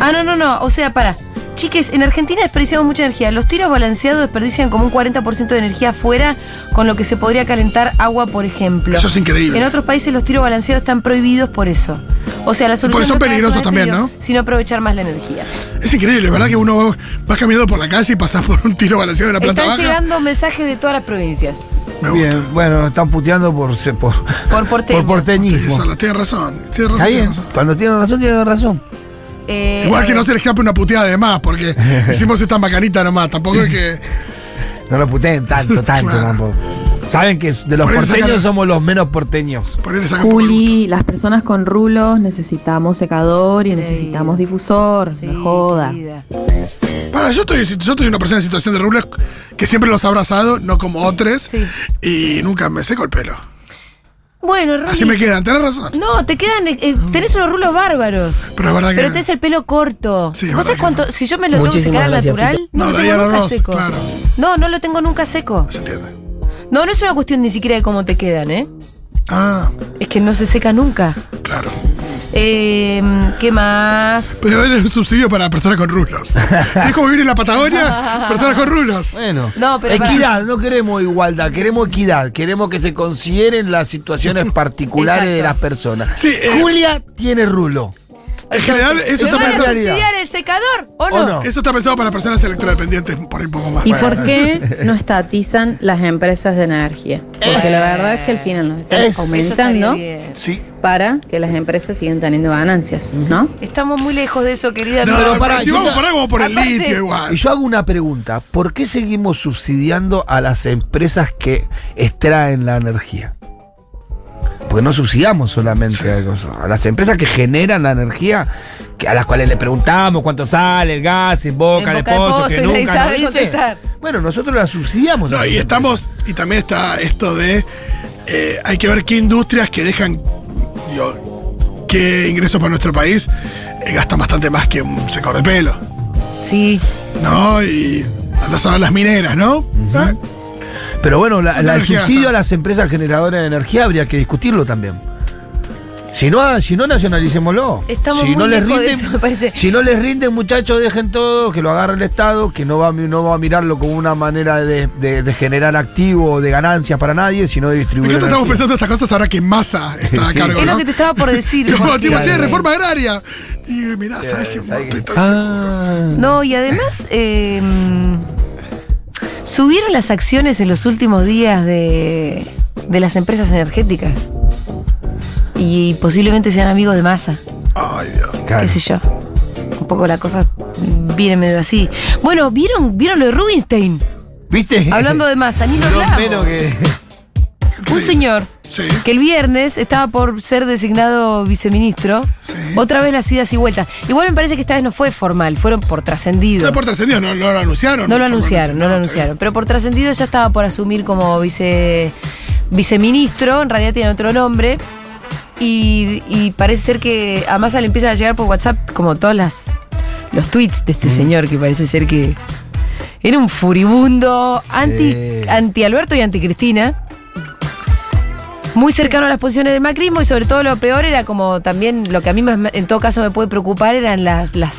Speaker 1: Ah, no, no, no. O sea, para. Chiques, en Argentina desperdiciamos mucha energía. Los tiros balanceados desperdician como un 40% de energía afuera, con lo que se podría calentar agua, por ejemplo.
Speaker 3: Eso es increíble.
Speaker 1: En otros países los tiros balanceados están prohibidos por eso. O sea, la solución no
Speaker 3: Porque son
Speaker 1: es cagarse más de
Speaker 3: peligrosos también,
Speaker 1: frío,
Speaker 3: ¿no?
Speaker 1: Sino aprovechar más la energía.
Speaker 3: Es increíble, ¿verdad? Que uno va- vas caminando por la calle y pasás por un tiro balanceado de una planta
Speaker 1: Están
Speaker 3: baja.
Speaker 1: llegando mensajes de todas las provincias.
Speaker 3: Me gusta.
Speaker 2: Bien, bueno, están puteando por se- por,
Speaker 1: Por porteños.
Speaker 2: por
Speaker 3: Sí,
Speaker 2: porteñismo.
Speaker 3: Sala, tienes razón. Tienes razón,
Speaker 2: Está
Speaker 3: tienes
Speaker 2: bien,
Speaker 3: razón.
Speaker 2: cuando tienen razón, tienen razón.
Speaker 1: Eh,
Speaker 3: Igual que
Speaker 1: a
Speaker 3: no
Speaker 1: ver.
Speaker 3: se le escape una puteada de más, porque hicimos esta macanita nomás, tampoco es que.
Speaker 2: No lo puteen tanto, tanto
Speaker 3: Claro.
Speaker 2: tampoco. Saben que de los
Speaker 3: Por eso
Speaker 2: porteños
Speaker 3: sacaron-
Speaker 2: somos los menos porteños.
Speaker 3: Ponerle saca por el gusto.
Speaker 6: Juli, las personas con rulos necesitamos secador y necesitamos difusor.
Speaker 1: Sí,
Speaker 6: no joda.
Speaker 1: querida.
Speaker 3: Para, yo estoy, yo estoy una persona en situación de rulos que siempre los ha abrazado, no como otros.
Speaker 1: Sí.
Speaker 3: Y nunca me seco el pelo.
Speaker 1: Bueno, Rolly.
Speaker 3: Así Ah, me quedan, tenés razón.
Speaker 1: No, te quedan. eh, eh, tenés unos rulos bárbaros.
Speaker 3: Pero es verdad que.
Speaker 1: Pero tenés el pelo corto.
Speaker 3: Sí, es
Speaker 1: ¿Vos
Speaker 3: verdad
Speaker 1: sabés
Speaker 3: que
Speaker 1: cuánto?
Speaker 3: no.
Speaker 1: Si yo me lo tengo que
Speaker 4: Muchísimas
Speaker 1: secar al
Speaker 4: gracias,
Speaker 1: natural,
Speaker 3: No,
Speaker 1: lo tengo
Speaker 3: Diana
Speaker 1: nunca
Speaker 3: Ross,
Speaker 1: seco.
Speaker 3: claro.
Speaker 1: No, no lo tengo nunca seco.
Speaker 3: Se entiende.
Speaker 1: No, no es una cuestión ni siquiera de cómo te quedan, ¿eh?
Speaker 3: Ah,
Speaker 1: Es que no se seca nunca.
Speaker 3: claro.
Speaker 1: Eh, ¿Qué más?
Speaker 3: Pero era un subsidio para personas con rulos. es como vivir en la Patagonia, personas con rulos.
Speaker 2: Bueno,
Speaker 1: No, pero para-
Speaker 2: equidad, no queremos igualdad, queremos equidad, queremos que se consideren las situaciones particulares
Speaker 1: Exacto.
Speaker 2: de las personas.
Speaker 3: Sí, eh,
Speaker 2: Julia tiene rulo.
Speaker 3: En general, eso
Speaker 1: ¿le van
Speaker 3: se
Speaker 1: a
Speaker 3: pasa-
Speaker 1: subsidiar el secador o no?
Speaker 2: ¿O no?
Speaker 3: Eso está pensado para personas electrodependientes, por ahí un poco más.
Speaker 7: ¿Y por qué no estatizan las empresas de energía? Porque la verdad es que al final nos están
Speaker 2: Es-
Speaker 1: Eso estaría
Speaker 7: aumentando
Speaker 1: bien.
Speaker 2: Sí.
Speaker 7: para que las empresas sigan teniendo ganancias, ¿no?
Speaker 1: Estamos muy lejos de eso, querida.
Speaker 3: No,
Speaker 2: Pero
Speaker 3: pero
Speaker 2: pará,
Speaker 3: si
Speaker 2: yo
Speaker 3: vamos
Speaker 2: ta-
Speaker 3: por ahí, vamos por el
Speaker 1: Aparte-
Speaker 3: litio
Speaker 2: Y
Speaker 3: igual.
Speaker 2: yo hago una pregunta, ¿por qué seguimos subsidiando a las empresas que extraen la energía? Porque no subsidiamos solamente a, los- a las empresas que generan la energía, que a las cuales le preguntamos cuánto sale el gas, en
Speaker 1: En
Speaker 2: boca, el
Speaker 1: Boca del
Speaker 2: esposo,
Speaker 1: Pozo, y
Speaker 2: que
Speaker 1: nadie
Speaker 2: nunca nos
Speaker 1: sabe
Speaker 2: dice.
Speaker 1: contestar.
Speaker 2: Bueno, nosotros la subsidiamos. a
Speaker 3: No,
Speaker 2: esas
Speaker 3: y
Speaker 2: empresas.
Speaker 3: estamos, y también está esto de, eh, hay que ver qué industrias que dejan, digo, qué ingresos para nuestro país eh, gastan bastante más que un secador de pelo,
Speaker 1: Sí.
Speaker 3: ¿no? Y andás a ver las mineras, ¿no? Ah,
Speaker 2: Pero bueno, la-
Speaker 3: Son
Speaker 2: la- el
Speaker 3: energía.
Speaker 2: subsidio a las empresas generadoras de energía habría que discutirlo también. Si no, si no nacionalicémoslo.
Speaker 1: Estamos
Speaker 2: si
Speaker 1: muy
Speaker 2: no les
Speaker 1: lejos de
Speaker 2: rinden,
Speaker 1: eso, me parece.
Speaker 2: Si no les rinden, muchachos, dejen todo, que lo agarre el Estado, que no va, a mi- no va a mirarlo como una manera de, de- de generar activo o de ganancias para nadie, sino de
Speaker 3: Me
Speaker 2: distribuir.
Speaker 3: encanta, estamos
Speaker 2: energía.
Speaker 3: pensando estas cosas ahora que masa está a cargo,
Speaker 1: Es lo
Speaker 3: ¿no?
Speaker 1: que te estaba por decir.
Speaker 3: Como,
Speaker 1: porque-
Speaker 3: tipo, che, reforma agraria. Y mirá, ¿sabes qué?
Speaker 2: ¿sabes qué?
Speaker 3: Estoy tan
Speaker 2: Ah.
Speaker 1: No, y además eh, subieron las acciones en los últimos días de, de las empresas energéticas. Y posiblemente sean amigos de masa, Ah.
Speaker 3: Ay, Dios.
Speaker 2: Claro.
Speaker 1: qué sé yo. Un poco la cosa viene medio así. Bueno, ¿vieron, ¿vieron lo de Rubinstein?
Speaker 2: ¿Viste?
Speaker 1: Hablando de masa, ni lo
Speaker 2: No
Speaker 1: hablamos.
Speaker 2: menos que.
Speaker 1: Un señor
Speaker 3: Sí,
Speaker 1: que el viernes estaba por ser designado viceministro.
Speaker 3: sí.
Speaker 1: Otra vez las idas y vueltas. Igual me parece que esta vez no fue formal, fueron por trascendido.
Speaker 3: No por trascendido, no, no lo anunciaron.
Speaker 1: No lo
Speaker 3: formalmente,
Speaker 1: anunciaron, no lo
Speaker 3: está bien.
Speaker 1: anunciaron. Pero por trascendido ya estaba por asumir como vice, viceministro, en realidad tiene otro nombre. Y, y parece ser que a Massa le empiezan a llegar por WhatsApp como todas las los tweets de este señor, que parece ser que era un furibundo anti,
Speaker 2: Sí.
Speaker 1: anti Alberto y anti Cristina. Muy cercano a las posiciones del macrismo y sobre todo lo peor era como también lo que a mí más me- en todo caso me puede preocupar eran las las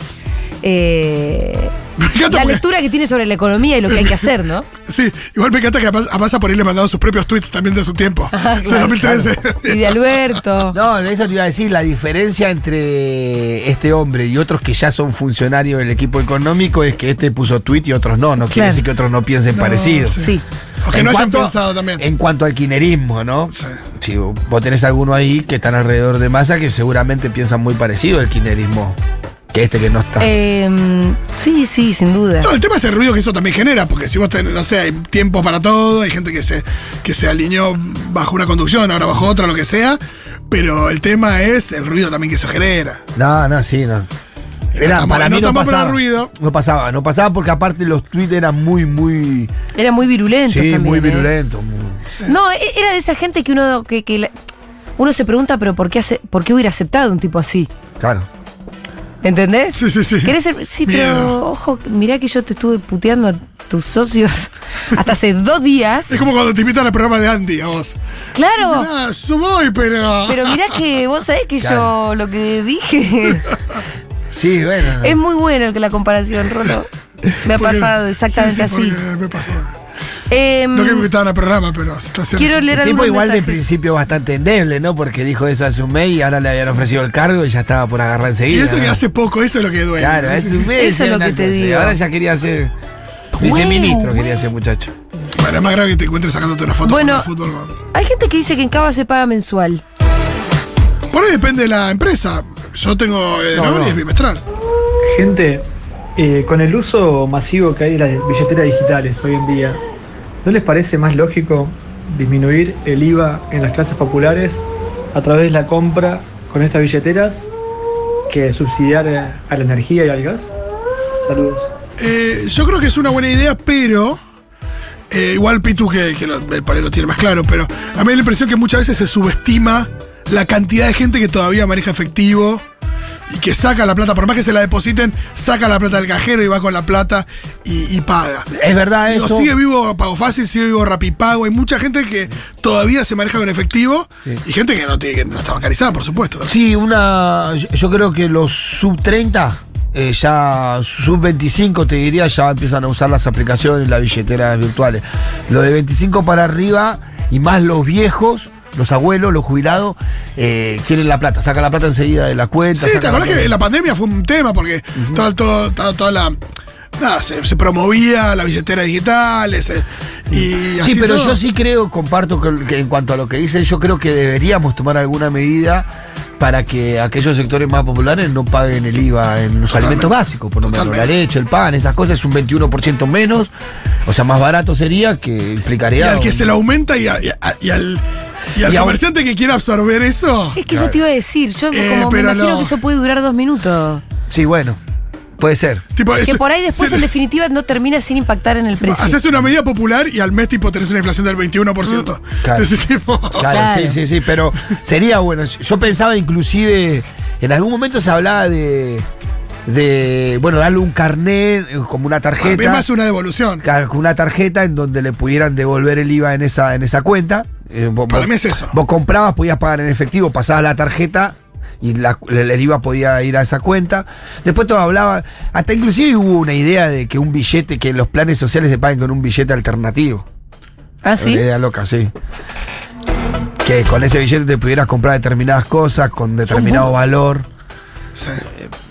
Speaker 1: eh,
Speaker 3: Me encanta
Speaker 1: la
Speaker 3: porque-
Speaker 1: lectura que tiene sobre la economía y lo que hay que hacer, ¿no?
Speaker 3: Sí, igual me encanta que a Mas- a Massa por ahí le mandaban sus propios tweets también de su tiempo.
Speaker 1: Ah,
Speaker 3: de
Speaker 1: claro,
Speaker 3: 2013.
Speaker 1: Y de Alberto.
Speaker 2: No, eso te iba a decir, la diferencia entre este hombre y otros que ya son funcionarios del equipo económico es que este puso tweet y otros no, no quiere
Speaker 1: Claro.
Speaker 2: decir que otros no piensen
Speaker 3: No,
Speaker 2: parecido.
Speaker 1: Sí.
Speaker 3: O que
Speaker 2: En
Speaker 3: no hayan
Speaker 2: cuanto-
Speaker 3: pensado también.
Speaker 2: En cuanto al kinerismo, ¿no?
Speaker 3: Sí.
Speaker 2: Si vos tenés alguno ahí que están alrededor de masa que seguramente piensan muy parecido al kinerismo que este que no está.
Speaker 1: Eh, sí, sí, sin duda.
Speaker 3: No, el tema es el ruido que eso también genera, porque si vos tenés, no sé, hay tiempos para todo, hay gente que se, que se alineó bajo una conducción, ahora bajo otra, lo que sea, pero el tema es el ruido también que eso genera.
Speaker 2: No, no, sí, no. Era,
Speaker 3: estamos-
Speaker 2: para
Speaker 3: no
Speaker 2: mí no
Speaker 3: estamos para
Speaker 2: pasaba.
Speaker 3: ruido.
Speaker 2: No pasaba, no pasaba porque aparte los tweets eran muy, muy.
Speaker 1: Era muy virulento.
Speaker 2: Sí,
Speaker 1: también,
Speaker 2: muy
Speaker 1: ¿eh?
Speaker 2: virulentos. muy-
Speaker 1: No, e- era de esa gente que uno que, que la- uno se pregunta, pero ¿por qué, hace, ¿por qué hubiera aceptado un tipo así?
Speaker 2: Claro.
Speaker 1: ¿Entendés?
Speaker 3: Sí, sí, sí.
Speaker 1: ¿Querés ser- Sí,
Speaker 3: Miedo.
Speaker 1: pero ojo, mirá que yo te estuve puteando a tus socios hasta hace dos días.
Speaker 3: Es como cuando te invitan al programa de Andy a vos.
Speaker 1: Claro.
Speaker 3: Ah, yo voy, pero.
Speaker 1: Pero mirá que vos sabés que
Speaker 2: Claro.
Speaker 1: yo lo que dije.
Speaker 2: Sí, bueno.
Speaker 1: Es muy bueno que la comparación, Rolo. Me ha
Speaker 3: Porque-
Speaker 1: pasado exactamente
Speaker 3: sí, sí,
Speaker 1: así.
Speaker 3: porque Me pasó.
Speaker 1: Em,
Speaker 3: No que me invitaban al programa, pero la situación-
Speaker 1: quiero leer
Speaker 2: El tipo
Speaker 1: algunos
Speaker 2: igual de
Speaker 1: mensajes.
Speaker 2: principio bastante endeble, ¿no? Porque dijo eso a Sumei y ahora le habían ofrecido el cargo y ya estaba por agarrar
Speaker 3: Y
Speaker 2: enseguida.
Speaker 3: eso que
Speaker 2: ¿no?
Speaker 3: hace poco, eso es lo que duele.
Speaker 2: Claro,
Speaker 3: Sí,
Speaker 2: a
Speaker 3: sí, sí.
Speaker 2: Sumei
Speaker 1: Eso es
Speaker 2: decía
Speaker 1: lo
Speaker 2: una
Speaker 1: que te
Speaker 2: cosa, y
Speaker 1: digo.
Speaker 2: Ahora ya quería ser viceministro, quería ser muchacho.
Speaker 3: Bueno, es más grave que te encuentres sacándote una foto
Speaker 1: Bueno.
Speaker 3: bueno, fútbol. con-
Speaker 1: Hay gente que dice que en Cava se paga mensual.
Speaker 3: Por ahí depende de la empresa. Yo tengo eh,
Speaker 2: No,
Speaker 3: Nobel y
Speaker 2: no.
Speaker 3: es bimestral.
Speaker 8: Gente, eh, con el uso masivo que hay de las billeteras digitales hoy en día, ¿no les parece más lógico disminuir el IVA en las clases populares a través de la compra con estas billeteras que subsidiar eh, a la energía y al gas? Saludos.
Speaker 3: Eh, yo creo que es una buena idea, pero. eh, igual Pitu, que, que lo, el panel lo tiene más claro, pero a mí me da la impresión que muchas veces se subestima la cantidad de gente que todavía maneja efectivo y que saca la plata, por más que se la depositen, saca la plata del cajero y va con la plata y, y paga.
Speaker 2: Es verdad
Speaker 3: Digo,
Speaker 2: eso.
Speaker 3: sigue vivo Pago Fácil, sigue vivo Rapipago. Hay mucha gente que todavía se maneja con efectivo
Speaker 2: Sí.
Speaker 3: y gente que no, tiene, que no está bancarizada, por supuesto.
Speaker 2: Sí, una. Yo, yo creo que los sub 30, eh, ya sub 25 te diría, ya empiezan a usar las aplicaciones, las billeteras virtuales. Lo de 25 para arriba y más los viejos. Los abuelos, los jubilados, eh, quieren la plata, sacan la plata enseguida de la cuenta.
Speaker 3: Sí, ¿te
Speaker 2: sacan la
Speaker 3: acordás que
Speaker 2: plata.
Speaker 3: la pandemia fue un tema? Porque toda, todo- toda- toda la. Nada, se, se promovía la billetera digital ese- y así
Speaker 2: Sí, pero
Speaker 3: todo.
Speaker 2: yo sí creo, comparto que, que en cuanto a lo que dice, yo creo que deberíamos tomar alguna medida para que aquellos sectores más populares no paguen el IVA en los
Speaker 3: Totalmente.
Speaker 2: alimentos básicos, por lo menos la
Speaker 3: Totalmente.
Speaker 2: leche, el pan, esas cosas, es un 21% menos, o sea, más barato sería que
Speaker 3: Y
Speaker 2: implicaría...
Speaker 3: al que
Speaker 2: un-
Speaker 3: se lo aumenta y, a- y a- y al, y al
Speaker 2: Y a un-
Speaker 3: comerciante que quiera absorber eso.
Speaker 1: Es que yo te iba a decir, yo
Speaker 3: Eh,
Speaker 1: como me
Speaker 3: pero
Speaker 1: imagino
Speaker 3: no.
Speaker 1: que eso puede durar dos minutos.
Speaker 2: Sí, bueno, puede ser.
Speaker 3: Tipo,
Speaker 1: Que
Speaker 3: eso-
Speaker 1: por ahí después,
Speaker 3: se-
Speaker 1: en definitiva, no termina sin impactar en el precio.
Speaker 3: Haces una medida popular y al mes tipo tenés una inflación del 21%.
Speaker 2: Mm. Claro.
Speaker 3: Ese tipo.
Speaker 2: Claro,
Speaker 1: Claro.
Speaker 2: sí, sí, sí, pero sería bueno. Yo pensaba inclusive, en algún momento se hablaba de, de bueno, darle un carnet, eh, como una
Speaker 3: A mí
Speaker 2: tarjeta.
Speaker 3: me hace una devolución.
Speaker 2: Ca- con una tarjeta en donde le pudieran devolver el IVA en esa, en esa cuenta. Eh, vos,
Speaker 3: Para
Speaker 2: vos-
Speaker 3: mí es eso.
Speaker 2: Vos comprabas, podías pagar en efectivo, pasabas la tarjeta y la- el, el IVA podía ir a esa cuenta. Después todo hablaba, hasta inclusive hubo una idea de que un billete, que los planes sociales se paguen con un billete alternativo.
Speaker 1: ¿Ah, sí?
Speaker 2: Una idea loca, sí. Que con ese billete te pudieras comprar determinadas cosas con determinado valor.
Speaker 3: Sí.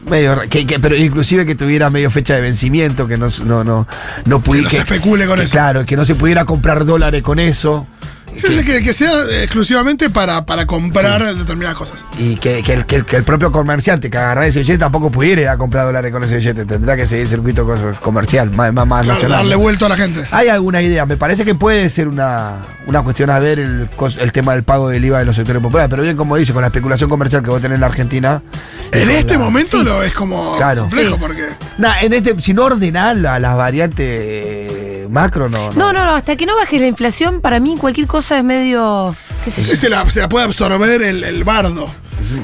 Speaker 2: Medio, ra- que, que- pero inclusive que tuviera medio fecha de vencimiento, que no, s- no, no, no pudi-
Speaker 3: Que no se especule con
Speaker 2: que
Speaker 3: eso.
Speaker 2: Claro, que no se pudiera comprar dólares con eso.
Speaker 3: Sí, sí, Que, que sea exclusivamente para, para comprar determinadas cosas.
Speaker 2: Y que, que el, que el- que el propio comerciante que agarrara ese billete tampoco pudiera ir a comprar dólares con ese billete. Tendrá que seguir el circuito cos- comercial, más, más, más
Speaker 3: Claro,
Speaker 2: nacional.
Speaker 3: darle vuelto a la gente.
Speaker 1: Ah,
Speaker 2: Hay alguna idea, me parece que puede ser una, una cuestión a ver el, cos- el tema del pago del IVA de los sectores populares, pero bien como dice, con la especulación comercial que vos tenés en la Argentina. y
Speaker 3: En
Speaker 2: con
Speaker 3: este
Speaker 2: la-
Speaker 3: momento lo es como
Speaker 2: Claro.
Speaker 3: complejo
Speaker 1: Sí.
Speaker 3: porque.
Speaker 2: Nah, en este, si no ordenás la- las variantes eh, macro, no.
Speaker 1: No, no, no, hasta que no baje la inflación, para mí cualquier cosa es medio. ¿Qué sé yo?
Speaker 3: Sí, se la, se la puede absorber el, el bardo.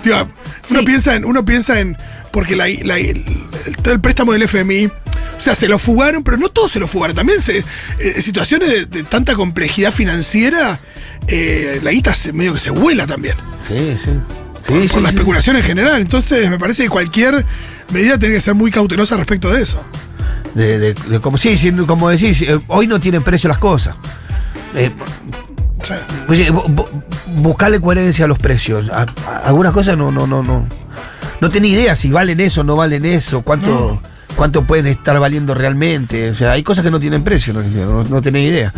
Speaker 3: Digo, uno,
Speaker 1: Sí.
Speaker 3: piensa en, uno piensa en. Porque la, la- el, el- todo el préstamo del FMI. O sea, se lo fugaron, pero no todos se lo fugaron. También se, eh, en situaciones de, de tanta complejidad financiera, eh, la guita se, medio que se vuela también.
Speaker 2: Sí, sí.
Speaker 3: por, por la especulación en general. Entonces, me parece que cualquier medida tiene que ser muy cautelosa respecto de eso.
Speaker 2: De, de- de como, sí, sí, como decís, eh, hoy no tienen precio las cosas. Eh,
Speaker 3: O sea,
Speaker 2: oye, bu- bu- buscarle coherencia a los precios. A- a- algunas cosas no, no, no, no. No tenía idea si valen eso, no valen eso, cuánto, cuánto pueden estar valiendo realmente. O sea, hay cosas que no tienen precio, no, no, no tenés idea.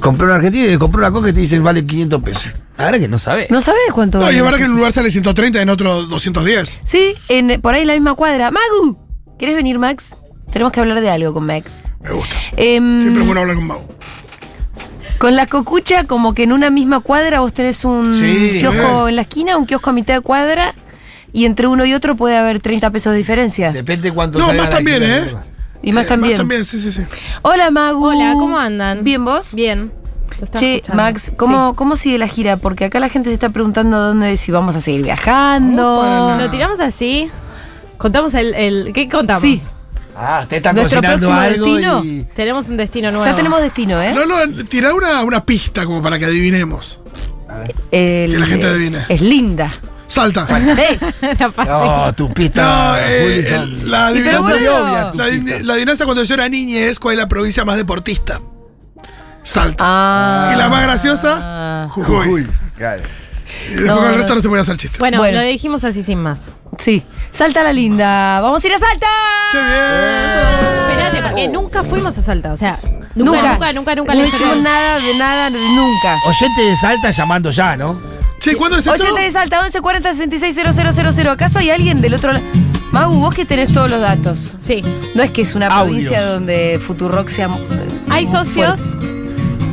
Speaker 2: Compré una Argentina y compré una cosa y te dicen vale 500 pesos. Ahora que no sabes.
Speaker 1: No sabes cuánto.
Speaker 3: no, y
Speaker 1: vale.
Speaker 3: es verdad que en un lugar sale 130 y en otro 210.
Speaker 1: Sí, en, por ahí en la misma cuadra. Magu, ¿quieres venir, Max? Tenemos que hablar de algo con Max.
Speaker 3: Me gusta.
Speaker 1: Em,
Speaker 3: Siempre es bueno hablar con Mau.
Speaker 1: Con la cocucha, como que en una misma cuadra vos tenés un
Speaker 2: Sí,
Speaker 1: kiosco
Speaker 3: eh.
Speaker 1: en la esquina, un kiosco a mitad de cuadra, y entre uno y otro puede haber 30 pesos de diferencia.
Speaker 2: Depende cuánto
Speaker 3: No,
Speaker 2: salga
Speaker 3: más
Speaker 2: la
Speaker 3: también,
Speaker 2: alquiler.
Speaker 3: ¿eh?
Speaker 1: y más
Speaker 3: Eh,
Speaker 1: también.
Speaker 3: Más también, sí, sí, sí.
Speaker 1: Hola, Magu.
Speaker 9: Hola, ¿cómo andan?
Speaker 1: ¿Bien vos?
Speaker 9: Bien. Lo estaba
Speaker 1: Che,
Speaker 9: escuchando.
Speaker 1: Max, ¿cómo, ¿cómo sigue la gira? Porque acá la gente se está preguntando dónde, si vamos a seguir viajando.
Speaker 9: Sí. ¿Lo tiramos así? ¿Contamos el, el- ¿Qué contamos?
Speaker 1: Sí,
Speaker 2: Ah, te están
Speaker 1: Nuestro
Speaker 2: cocinando
Speaker 1: próximo
Speaker 2: algo
Speaker 1: destino.
Speaker 2: y...
Speaker 9: Tenemos un destino nuevo.
Speaker 1: ya tenemos destino, ¿eh?
Speaker 3: No, no, tirá una, una pista como para que adivinemos.
Speaker 1: El-
Speaker 3: Que la gente adivine.
Speaker 1: Es linda. ¿Eh?
Speaker 3: Salta.
Speaker 1: Sí.
Speaker 9: La fácil.
Speaker 2: No, tu pista.
Speaker 3: No, eh,
Speaker 2: Wilson.
Speaker 3: el- la
Speaker 1: Y pero
Speaker 3: adivinanza,
Speaker 1: bueno.
Speaker 3: la, adi- la adivinanza cuando yo era niña es cuál es la provincia más deportista. Salta.
Speaker 1: Ah.
Speaker 3: y la más graciosa, Jujuy.
Speaker 2: Uy, claro.
Speaker 3: Y después
Speaker 1: No,
Speaker 3: con el
Speaker 1: no.
Speaker 3: resto no se puede hacer chiste.
Speaker 9: Bueno,
Speaker 1: Bueno.
Speaker 9: lo dijimos así sin más.
Speaker 1: Sí. Salta la linda. Vamos a ir a Salta.
Speaker 3: ¡Qué bien! bravo.
Speaker 9: Espérate, porque eh, nunca fuimos a Salta. O sea,
Speaker 1: Nunca.
Speaker 9: nunca, nunca, nunca, nunca
Speaker 1: No
Speaker 9: le
Speaker 1: hicimos
Speaker 9: hicimos
Speaker 1: nada de nada, de nunca.
Speaker 2: Oyente de Salta llamando ya, ¿no?
Speaker 3: Che, ¿cuándo es esto?
Speaker 1: Oyente de Salta, 1140 000. ¿Acaso hay alguien del otro lado? Magu, vos que tenés todos los datos.
Speaker 9: Sí.
Speaker 1: No es que es una
Speaker 2: Audios.
Speaker 1: provincia donde Futurock sea. eh,
Speaker 9: Hay socios.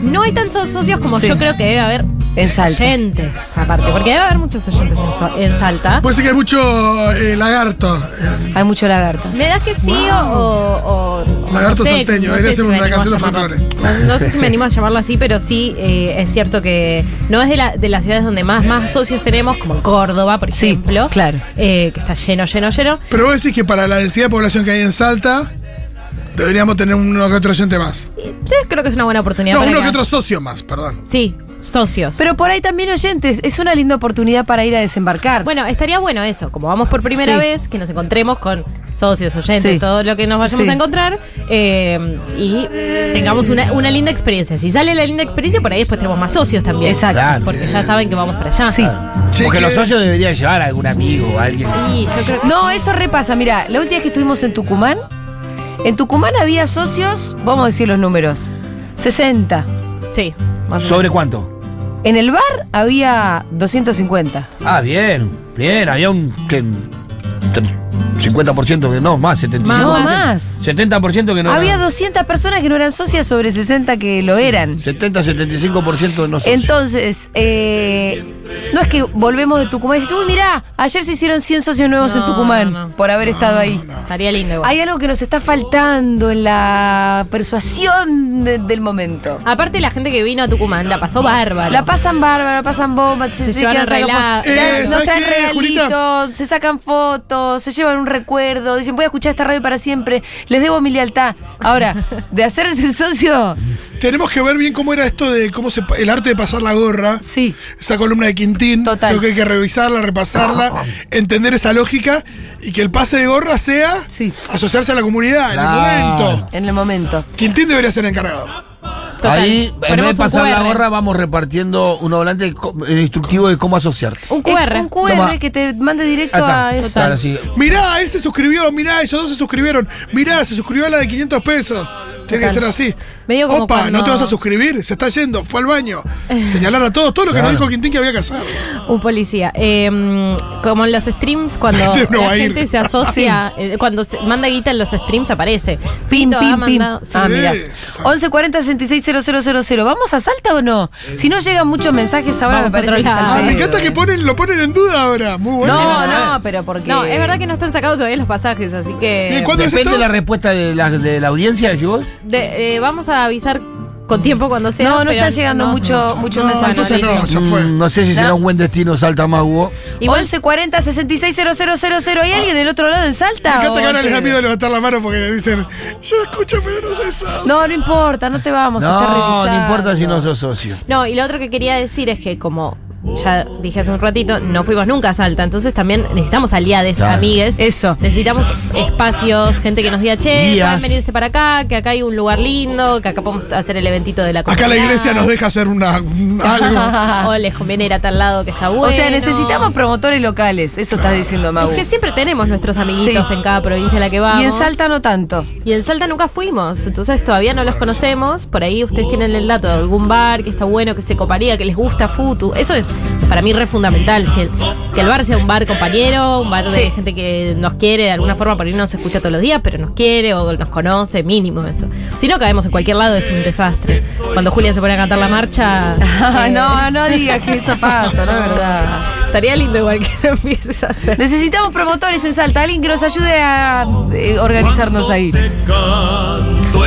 Speaker 9: no hay tantos socios como
Speaker 1: Sí.
Speaker 9: yo creo que debe haber
Speaker 1: En Salta.
Speaker 9: oyentes, aparte, porque debe haber muchos oyentes en, Sa- en Salta.
Speaker 3: Puede ser que hay mucho eh, lagarto. eh,
Speaker 1: Hay mucho lagarto.
Speaker 9: Me da que sí
Speaker 3: Wow.
Speaker 9: o, o- o- no
Speaker 3: Lagarto
Speaker 9: sé,
Speaker 3: salteño,
Speaker 9: no
Speaker 3: debería ser
Speaker 9: sé si me
Speaker 3: una
Speaker 9: animo a
Speaker 3: canción de
Speaker 9: llamarlo.
Speaker 3: folclore.
Speaker 9: No, no sé si me animo a llamarlo así, pero sí eh, es cierto que no es de, la- de las ciudades donde más, más socios tenemos, como en Córdoba, por
Speaker 1: Sí,
Speaker 9: ejemplo.
Speaker 1: claro.
Speaker 9: eh, que está lleno, lleno, lleno.
Speaker 3: Pero vos decís que para la densidad de población que hay en Salta, deberíamos tener uno que otro oyente más.
Speaker 9: Y, sí, creo que es una buena oportunidad.
Speaker 3: No,
Speaker 9: para
Speaker 3: uno que
Speaker 9: las-
Speaker 3: otro socio más, perdón.
Speaker 9: Sí, socios.
Speaker 1: Pero por ahí también oyentes, es una linda oportunidad para ir a desembarcar.
Speaker 9: Bueno, estaría bueno eso, como vamos por primera
Speaker 1: Sí.
Speaker 9: vez, que nos encontremos con socios, oyentes,
Speaker 1: Sí.
Speaker 9: todo lo que nos vayamos
Speaker 1: Sí.
Speaker 9: a encontrar eh, y tengamos una, una linda experiencia. Si sale la linda experiencia, por ahí después tenemos más socios también.
Speaker 1: Exacto.
Speaker 2: Claro.
Speaker 9: Porque ya saben que vamos para allá.
Speaker 1: sí.
Speaker 3: Che,
Speaker 2: Porque
Speaker 3: que-
Speaker 2: los socios deberían llevar a algún amigo, a alguien.
Speaker 9: Y yo creo que
Speaker 1: No, eso repasa. Mira, la última vez que estuvimos en Tucumán, en Tucumán había socios, vamos a decir los números, 60.
Speaker 9: sí.
Speaker 1: más o
Speaker 2: ¿Sobre
Speaker 1: menos.
Speaker 2: cuánto?
Speaker 1: En el bar había 250.
Speaker 2: Ah, bien, bien, había un que, tre- 50% que no, más, 75%.
Speaker 9: Más,
Speaker 1: no
Speaker 9: más.
Speaker 1: más.
Speaker 2: 70% que no.
Speaker 1: había
Speaker 2: era.
Speaker 1: 200 personas que no eran socias sobre 60 que lo eran.
Speaker 2: 70, 75% de no socios.
Speaker 1: Entonces, eh, no es que volvemos de Tucumán y dices, uy, mirá, ayer se hicieron 100 socios nuevos en
Speaker 9: No,
Speaker 1: Tucumán
Speaker 9: no, no.
Speaker 1: por haber estado ahí.
Speaker 9: Estaría lindo igual.
Speaker 1: Hay algo que nos está faltando en la persuasión de- del momento.
Speaker 9: Aparte la gente que vino a Tucumán la pasó bárbaro.
Speaker 1: La pasan bárbara, pasan bombas, se, se
Speaker 9: llevan
Speaker 1: quedan sacan
Speaker 9: arregladas.
Speaker 1: fotos.
Speaker 3: Eh,
Speaker 1: Nos
Speaker 3: ¿sabes
Speaker 1: traen
Speaker 3: qué,
Speaker 1: regalitos,
Speaker 3: Julita?
Speaker 1: se sacan fotos, se llevan un recuerdo, dicen voy a escuchar esta radio para siempre, les debo mi lealtad. Ahora, de hacerse socio,
Speaker 3: Tenemos que ver bien cómo era esto de cómo se, el arte de pasar la gorra.
Speaker 1: sí.
Speaker 3: Esa columna de Quintín,
Speaker 1: Total.
Speaker 3: creo que hay que revisarla, repasarla, entender esa lógica y que el pase de gorra sea
Speaker 1: Sí.
Speaker 3: asociarse a la comunidad
Speaker 2: Claro.
Speaker 3: en el momento.
Speaker 1: En el momento.
Speaker 3: Quintín debería ser encargado.
Speaker 9: Total.
Speaker 2: Ahí, en vez
Speaker 9: Ponemos
Speaker 2: de
Speaker 9: un
Speaker 2: pasar la
Speaker 9: QR.
Speaker 2: gorra, vamos repartiendo un volante instructivo de cómo asociarte.
Speaker 9: Un QR.
Speaker 1: Es Un QR
Speaker 2: Toma.
Speaker 1: que te mande directo a
Speaker 2: Ah,
Speaker 1: eso.
Speaker 2: está. Ahora sí.
Speaker 3: Mirá, él se suscribió, mirá, ellos dos se suscribieron, mirá, se suscribió a la de 500 pesos. Tiene que ser así.
Speaker 9: Medio como
Speaker 3: Opa,
Speaker 9: cuando-
Speaker 3: no te vas a suscribir, se está yendo, fue al baño. Señalar a todos, todo lo que
Speaker 2: Claro.
Speaker 3: nos dijo Quintín que había que hacer.
Speaker 9: Un policía. Eh, como en los streams, cuando
Speaker 3: Este no
Speaker 9: la
Speaker 3: va a ir. Ah,
Speaker 9: gente se asocia, eh, cuando se manda guita en los streams aparece.
Speaker 1: Pim,
Speaker 9: Pito ha
Speaker 1: pim, pim.
Speaker 9: mandado-
Speaker 1: Ah,
Speaker 3: Sí.
Speaker 1: mira. 1140 660000. ¿Vamos a Salta o no? Si no llegan muchos mensajes ahora,
Speaker 9: Vamos
Speaker 1: me
Speaker 9: a otro
Speaker 1: parece que
Speaker 9: lado.
Speaker 1: Salta
Speaker 3: Eh. Ah, me
Speaker 1: es-
Speaker 3: encanta que ponen, lo ponen en duda ahora. Muy bueno.
Speaker 1: No, no, pero porque.
Speaker 9: No, es verdad que no están sacados todavía los pasajes, así
Speaker 3: Bien,
Speaker 9: que
Speaker 3: ¿Cuándo es
Speaker 2: Depende
Speaker 3: esto?
Speaker 2: de la respuesta de la, de la audiencia, decís vos.
Speaker 9: de- eh, vamos a avisar con tiempo cuando sea.
Speaker 1: No, no
Speaker 9: pero
Speaker 1: está llegando
Speaker 9: no.
Speaker 1: mucho, muchos
Speaker 3: No,
Speaker 1: mensajes.
Speaker 3: entonces no, ya fue.
Speaker 2: Mm, no sé si será un buen destino Salta más, Hugo.
Speaker 9: Igual
Speaker 1: 1140 660000. ¿Hay alguien del otro lado en Salta?
Speaker 3: Ah. Me encanta que
Speaker 1: o
Speaker 3: ahora les da
Speaker 1: qué?
Speaker 3: miedo levantar la mano porque dicen, yo escucho, pero no sé eso.
Speaker 1: No, no importa, no te vamos a estar
Speaker 2: No, no
Speaker 1: revisando.
Speaker 2: importa si no sos socio.
Speaker 9: No, y lo otro que quería decir es que como ya dije hace un ratito, no fuimos nunca a Salta, entonces también necesitamos aliades,
Speaker 2: Claro.
Speaker 9: amigues.
Speaker 1: Eso.
Speaker 9: Necesitamos espacios, gente que nos diga, che,
Speaker 2: Guías.
Speaker 9: pueden venirse para acá, que acá hay un lugar lindo, que acá podemos hacer el eventito de la
Speaker 3: Acá la
Speaker 9: comunidad".
Speaker 3: iglesia nos deja hacer una, un- algo.
Speaker 9: O les conviene ir a tal lado que está bueno.
Speaker 1: O sea, necesitamos promotores locales. Eso estás diciendo,
Speaker 9: Es
Speaker 1: Mau.
Speaker 9: que siempre tenemos nuestros amiguitos
Speaker 1: Sí.
Speaker 9: en cada provincia a la que vamos.
Speaker 1: Y en Salta no tanto.
Speaker 9: Y en Salta nunca fuimos, entonces todavía no los conocemos. Por ahí ustedes tienen el dato de algún bar que está bueno, que se coparía, que les gusta Futu. Eso es para mí re fundamental. Si el- que el bar sea un bar compañero, un bar de
Speaker 1: Sí.
Speaker 9: gente que nos quiere de alguna forma, por ahí no nos escucha todos los días, pero nos quiere o nos conoce, mínimo eso. Si no caemos en cualquier lado es un desastre. Cuando Julia se pone a cantar la marcha. eh,
Speaker 1: no, no digas que eso pasa, no es verdad.
Speaker 9: Estaría lindo igual que lo empieces a hacer.
Speaker 1: Necesitamos promotores en Salta, alguien que nos ayude a eh, organizarnos ahí.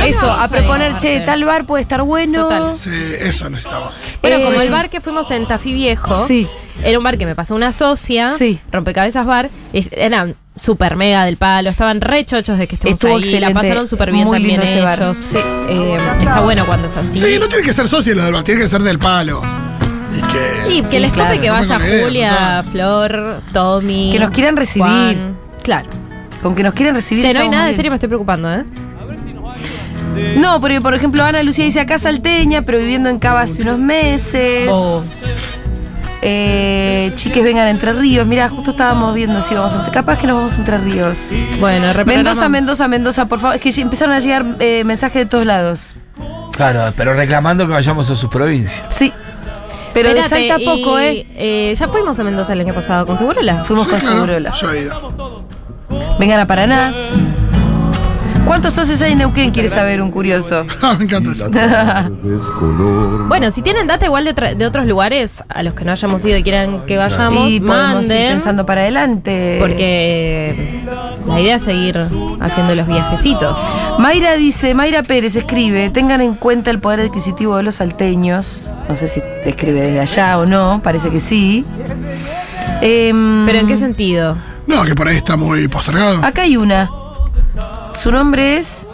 Speaker 1: Eso, a
Speaker 9: Sí.
Speaker 1: proponer, che, tal bar puede estar bueno.
Speaker 9: Total.
Speaker 3: Sí, eso necesitamos.
Speaker 9: Bueno,
Speaker 1: Eh,
Speaker 9: como el
Speaker 1: sí.
Speaker 9: bar que fuimos en Tafí Viejo,
Speaker 1: Sí.
Speaker 9: era un bar que me pasó una socia,
Speaker 1: Sí.
Speaker 9: rompecabezas bar, es- eran súper mega del palo, estaban re chochos de que estemos
Speaker 1: Estuvo
Speaker 9: ahí,
Speaker 1: excelente,
Speaker 9: la pasaron súper bien
Speaker 1: muy
Speaker 9: también
Speaker 1: lindo ese bar.
Speaker 9: ellos.
Speaker 1: Sí.
Speaker 9: Eh, está bueno cuando es así.
Speaker 3: Sí, no tiene que ser socio los del bar, tiene que ser del palo. Y que.
Speaker 9: Sí, que les
Speaker 1: claro,
Speaker 9: pase que
Speaker 3: no
Speaker 9: vaya
Speaker 3: tengo idea,
Speaker 9: Julia,
Speaker 3: total.
Speaker 9: Flor, Tommy.
Speaker 1: Que nos quieran recibir.
Speaker 9: Juan. Claro.
Speaker 1: Con que nos quieren recibir.
Speaker 9: Che, no hay
Speaker 1: estamos
Speaker 9: nada,
Speaker 1: muy
Speaker 9: en serio me estoy preocupando, ¿eh?
Speaker 1: bien. No, porque por ejemplo Ana Lucía dice acá salteña, pero viviendo en Cava hace unos meses.
Speaker 9: Oh.
Speaker 1: Eh, chiques vengan a Entre Ríos. Mira, justo estábamos viendo si vamos a Entre Capaz que nos vamos a Entre Ríos.
Speaker 9: Bueno,
Speaker 1: Mendoza,
Speaker 9: reprogramamos.
Speaker 1: Mendoza, Mendoza, por favor. Es que ya empezaron a llegar eh, mensajes de todos lados.
Speaker 2: Claro, pero reclamando que vayamos a sus provincias.
Speaker 1: Sí. Pero
Speaker 9: Espérate,
Speaker 1: de Salta poco,
Speaker 9: y,
Speaker 1: ¿eh?
Speaker 9: eh, Ya fuimos a Mendoza el año pasado con Segurola.
Speaker 1: Fuimos
Speaker 3: Sí,
Speaker 1: con
Speaker 3: claro,
Speaker 1: Segurola.
Speaker 3: Yo he ido.
Speaker 1: Vengan a Paraná. ¿Cuántos socios hay en Neuquén? Quiere saber un curioso.
Speaker 3: Ah, me encanta eso.
Speaker 9: Bueno, si tienen data igual de, otra- de otros lugares a los que no hayamos ido y quieran que vayamos,
Speaker 1: Y podemos ir
Speaker 9: manden.
Speaker 1: pensando eh, para adelante.
Speaker 9: Porque la idea es seguir haciendo los viajecitos.
Speaker 1: Mayra dice, Mayra Pérez escribe, tengan en cuenta el poder adquisitivo de los salteños. No sé si te escribe desde allá o no, parece que sí. Em,
Speaker 9: ¿Pero en qué sentido?
Speaker 3: No, que por ahí está muy postergado.
Speaker 1: Acá hay una. Su nombre es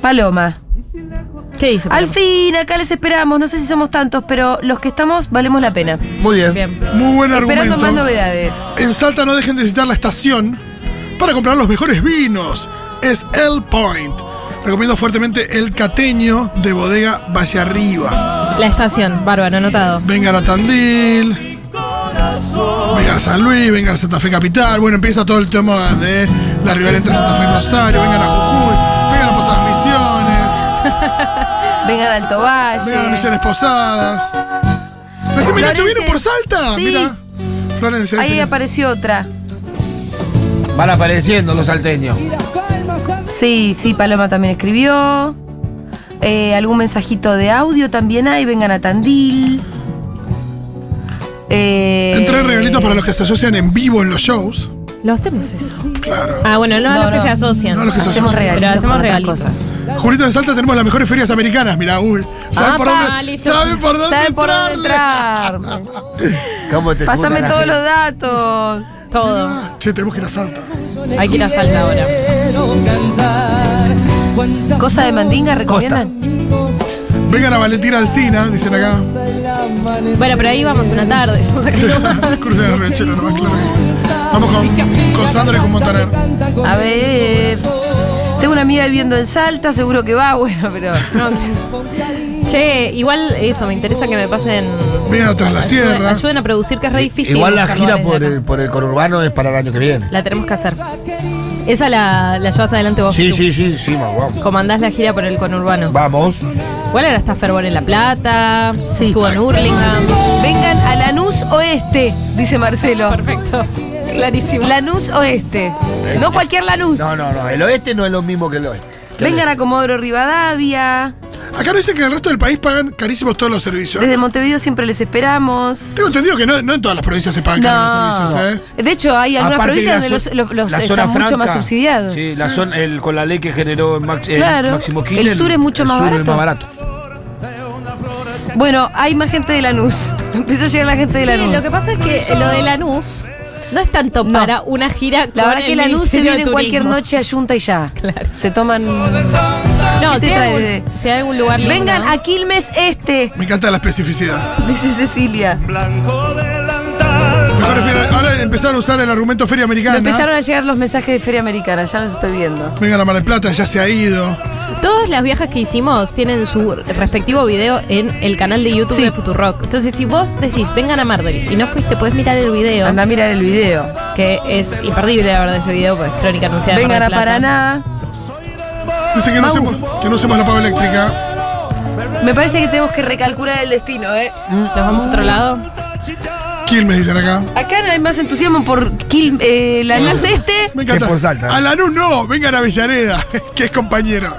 Speaker 1: Paloma.
Speaker 9: ¿Qué dice?
Speaker 1: Al fin, acá les esperamos. No sé si somos tantos, pero los que estamos valemos la pena.
Speaker 2: Muy bien.
Speaker 9: Bien.
Speaker 3: Muy buen
Speaker 1: Esperando más
Speaker 3: argumento. Eh,
Speaker 1: novedades.
Speaker 3: En Salta no dejen de visitar la estación para comprar los mejores vinos. Es El Point. Recomiendo fuertemente el cateño de bodega Valle Arriba.
Speaker 9: La estación, bárbaro, anotado.
Speaker 3: Vengan a Tandil. Vengan a San Luis, vengan a Santa Fe Capital. Bueno, empieza todo el tema de la rivalidad entre Santa Fe y Rosario. Vengan a Jujuy, vengan a Posadas Misiones,
Speaker 1: Vengan a Alto
Speaker 3: vengan a
Speaker 1: Valle.
Speaker 3: Misiones Posadas. Decime, Nacho, ¿vienen por Salta?
Speaker 1: Sí.
Speaker 3: Mira. Florencia,
Speaker 1: Ahí
Speaker 3: dice.
Speaker 1: apareció otra.
Speaker 2: Van apareciendo los salteños.
Speaker 1: Sí, sí, Paloma también escribió. Eh, algún mensajito de audio también hay. Vengan a Tandil. Eh,
Speaker 3: Entré regalitos para los que se asocian en vivo en los shows.
Speaker 9: Lo hacemos eso.
Speaker 3: Claro.
Speaker 9: Ah, bueno, no, a
Speaker 1: No,
Speaker 9: los que
Speaker 1: no.
Speaker 9: se asocian.
Speaker 3: No a los que se
Speaker 1: Hacemos
Speaker 3: asocian.
Speaker 1: regalitos.
Speaker 9: Pero hacemos
Speaker 1: con otras
Speaker 9: regalitos.
Speaker 1: cosas.
Speaker 3: Jurito en Salta tenemos las mejores ferias americanas, mirá, uy. ¿Saben
Speaker 9: Ah,
Speaker 3: por
Speaker 9: pa,
Speaker 3: dónde?
Speaker 9: listo.
Speaker 3: ¿Saben por dónde?
Speaker 1: ¿Saben por dónde
Speaker 3: entrarle?
Speaker 1: entrar?
Speaker 2: ¿Cómo te
Speaker 1: Pásame
Speaker 2: juntan la
Speaker 1: todos
Speaker 2: gente?
Speaker 1: los datos.
Speaker 9: Todo.
Speaker 3: Ah, Che, tenemos que ir a Salta.
Speaker 9: Hay que ir a Salta ahora.
Speaker 1: Cosa de mandinga, ¿recomiendan?
Speaker 3: Vengan a Valentina Alcina, dicen acá.
Speaker 9: Bueno, pero ahí vamos una tarde. Estamos acá nomás.
Speaker 3: Crucen el rechero, nomás claro que sí. Vamos con, con Sandra y con Montaner.
Speaker 1: A ver. Tengo una amiga viviendo en Salta, seguro que va, bueno, pero.
Speaker 9: No, claro. Che, igual eso, me interesa que me pasen.
Speaker 3: Vengan a Tras la
Speaker 9: Ayuden,
Speaker 3: Sierra.
Speaker 9: ayuden a producir, que es re difícil.
Speaker 2: Igual la
Speaker 9: buscar
Speaker 2: gira
Speaker 9: lugares
Speaker 2: por eh,
Speaker 9: de
Speaker 2: el,
Speaker 9: acá.
Speaker 2: por el conurbano es para el año que viene.
Speaker 9: La tenemos que hacer. Esa la, la llevas adelante vos.
Speaker 2: Sí,
Speaker 9: tú.
Speaker 2: sí, sí, sí, ma, vamos.
Speaker 9: Comandás la gira por el conurbano.
Speaker 2: Vamos.
Speaker 9: Igual ahora está Fervor en La Plata.
Speaker 1: Sí.
Speaker 9: Estuvo en Hurlingham.
Speaker 1: Vengan a Lanús Oeste, dice Marcelo.
Speaker 9: Perfecto. Clarísimo.
Speaker 1: Lanús Oeste. No cualquier Lanús.
Speaker 2: No, no, no. El oeste no es lo mismo que el oeste.
Speaker 1: Vengan a Comodoro Rivadavia.
Speaker 3: Acá nos dicen que en el resto del país pagan carísimos todos los servicios.
Speaker 1: Desde Montevideo siempre les esperamos.
Speaker 3: Tengo entendido que no, no en todas las provincias se pagan caros los
Speaker 1: No.
Speaker 3: servicios, ¿eh?
Speaker 1: De hecho, hay algunas
Speaker 2: Aparte que
Speaker 1: provincias
Speaker 2: la
Speaker 1: donde los,
Speaker 2: zo-
Speaker 1: los- los
Speaker 2: la
Speaker 1: está mucho más subsidiado.
Speaker 2: Sí, la zona, el, con la ley que generó Max- eh,
Speaker 1: Claro.
Speaker 2: Máximo
Speaker 1: El
Speaker 2: Kirchner.
Speaker 1: sur es mucho más
Speaker 2: sur
Speaker 1: barato.
Speaker 2: es más barato.
Speaker 1: Bueno, hay más gente de Lanús. Empezó a llegar la gente de
Speaker 9: Sí,
Speaker 1: Lanús.
Speaker 9: lo que pasa es que lo de Lanús no es tanto
Speaker 1: No.
Speaker 9: para una gira
Speaker 1: La
Speaker 9: con
Speaker 1: verdad que
Speaker 9: el
Speaker 1: Lanús se
Speaker 9: Ministerio de
Speaker 1: viene
Speaker 9: Turismo.
Speaker 1: cualquier noche a Junta y ya.
Speaker 9: Claro.
Speaker 1: Se toman.
Speaker 9: No,
Speaker 1: ¿Qué te
Speaker 9: si hay,
Speaker 1: trae
Speaker 9: algún, si hay algún lugar lindo.
Speaker 1: Vengan a Quilmes Este,
Speaker 3: Me encanta la especificidad.
Speaker 1: dice Cecilia.
Speaker 3: Mejor feria- ahora empezaron a usar el argumento feria
Speaker 1: Me
Speaker 3: americana.
Speaker 1: empezaron a llegar los mensajes de Feria Americana, ya los estoy viendo.
Speaker 3: Vengan a Mar del Plata, ya se ha ido.
Speaker 9: Todas las viajes que hicimos tienen su respectivo video en el canal de YouTube
Speaker 1: Sí.
Speaker 9: de Futurock. Entonces, si vos decís, vengan a Mar del y no fuiste, podés mirar el video,
Speaker 1: Anda a mirar el video.
Speaker 9: que es imperdible la verdad ese video, pues crónica anunciada. de Mar
Speaker 1: Vengan a
Speaker 9: del Plata.
Speaker 1: Paraná.
Speaker 3: Dicen que no, usemos, que no usemos la pava eléctrica.
Speaker 1: Me parece que tenemos que recalcular el destino, ¿eh?
Speaker 9: Nos vamos a otro lado.
Speaker 3: Quilmes, dicen acá.
Speaker 1: Acá no hay más entusiasmo por Quil- eh, Lanús Este.
Speaker 3: Me encanta.
Speaker 2: Que por Salta.
Speaker 3: A Lanús no, vengan a Avellaneda, que es compañero.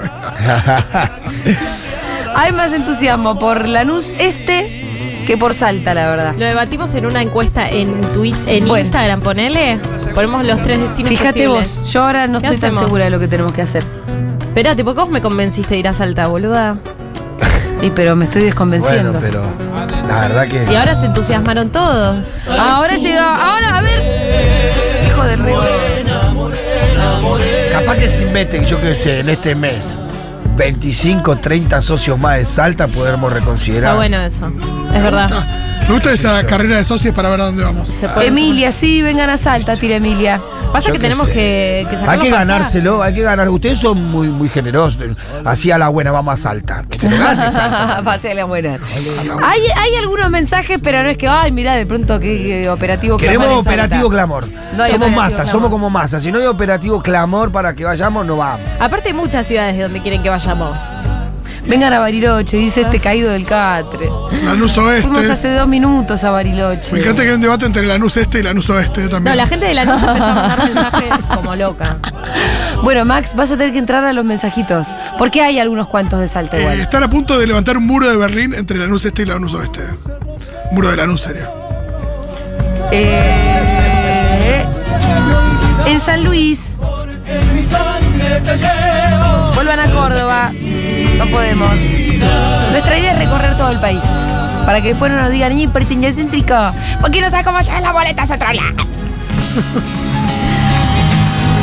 Speaker 1: Hay más entusiasmo por Lanús Este que por Salta, la verdad.
Speaker 9: Lo debatimos en una encuesta en Twitter, en
Speaker 1: Bueno.
Speaker 9: Instagram, ponele. Ponemos los tres destinos
Speaker 1: Fíjate
Speaker 9: posibles.
Speaker 1: vos, yo ahora no
Speaker 9: ¿Qué
Speaker 1: estoy tan
Speaker 9: hacemos?
Speaker 1: segura de lo que tenemos que hacer.
Speaker 9: Espérate, porque vos me convenciste de ir a Salta, boluda.
Speaker 1: Y pero me estoy desconvenciendo.
Speaker 2: Bueno, pero la verdad que.
Speaker 9: Y ahora se entusiasmaron todos.
Speaker 1: Ahora llega, ahora a ver. Hijo del rey.
Speaker 2: Capaz que se meten, yo qué sé, en este mes 25, 30 socios más de Salta podemos reconsiderar.
Speaker 1: Ah,
Speaker 9: Está bueno eso. Es verdad.
Speaker 3: Me gusta esa carrera de socios para ver a dónde vamos.
Speaker 9: Se puede-
Speaker 1: Emilia, Ah. sí, vengan a Salta, tira Emilia.
Speaker 9: Pasa
Speaker 2: Yo
Speaker 9: que
Speaker 2: qué
Speaker 9: tenemos
Speaker 2: sé.
Speaker 9: que, que
Speaker 2: Hay
Speaker 9: sacarlo
Speaker 2: que
Speaker 9: pasar.
Speaker 2: ganárselo, hay que ganar. Ustedes son muy, muy generosos. Así a la buena vamos a saltar. Que se lo gane Salta.
Speaker 1: Pase la buena. Hay, hay algunos mensajes, pero no es que, ay, mirá, de pronto qué, qué operativo que
Speaker 2: Queremos operativo clamor.
Speaker 1: No hay operativo
Speaker 2: somos masa,
Speaker 1: clamor.
Speaker 2: somos como masa. Si no hay operativo clamor para que vayamos, no vamos.
Speaker 9: Aparte hay muchas ciudades de donde quieren que vayamos.
Speaker 1: Vengan a Bariloche, dice este caído del catre.
Speaker 3: Lanús
Speaker 1: Fuimos
Speaker 3: Oeste.
Speaker 1: hace dos minutos a Bariloche.
Speaker 3: Este- Me encanta que hay un debate entre Lanús Este y Lanús Oeste
Speaker 9: No,
Speaker 3: también.
Speaker 9: la gente de la noche empezó a mandar mensajes como loca.
Speaker 1: Bueno, Max, vas a tener que entrar a los mensajitos. Porque hay algunos cuantos de Salta
Speaker 3: Eh,
Speaker 1: igual.
Speaker 3: están a punto de levantar un muro de Berlín entre Lanús Este y Lanús Oeste. Muro de Lanús sería.
Speaker 1: Eh, en San Luis. Vuelvan a Córdoba. No podemos. Nuestra idea es recorrer todo el país. Para que después no nos digan, ¡y pertinecéntrico! Porque no sabes cómo llevar las boletas a otro lado.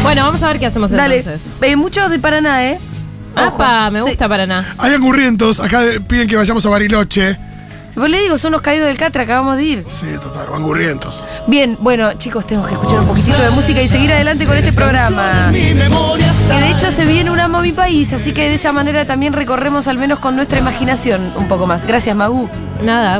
Speaker 9: Bueno, vamos a ver qué hacemos
Speaker 1: Dale.
Speaker 9: entonces.
Speaker 1: Eh, muchos de Paraná, ¿eh? Ojo.
Speaker 9: Opa, me
Speaker 1: Sí.
Speaker 9: gusta Paraná.
Speaker 3: Hay angurrientos, acá de- piden que vayamos a Bariloche.
Speaker 1: Pues le digo, son los caídos del Catra, acabamos de ir.
Speaker 3: Sí, total, angurrientos.
Speaker 1: Bien, bueno, chicos, tenemos que escuchar un poquitito de música y seguir adelante con este programa. Que de hecho se viene un amo a mi país, así que de esta manera también recorremos al menos con nuestra imaginación un poco más. Gracias, Magu.
Speaker 9: Nada,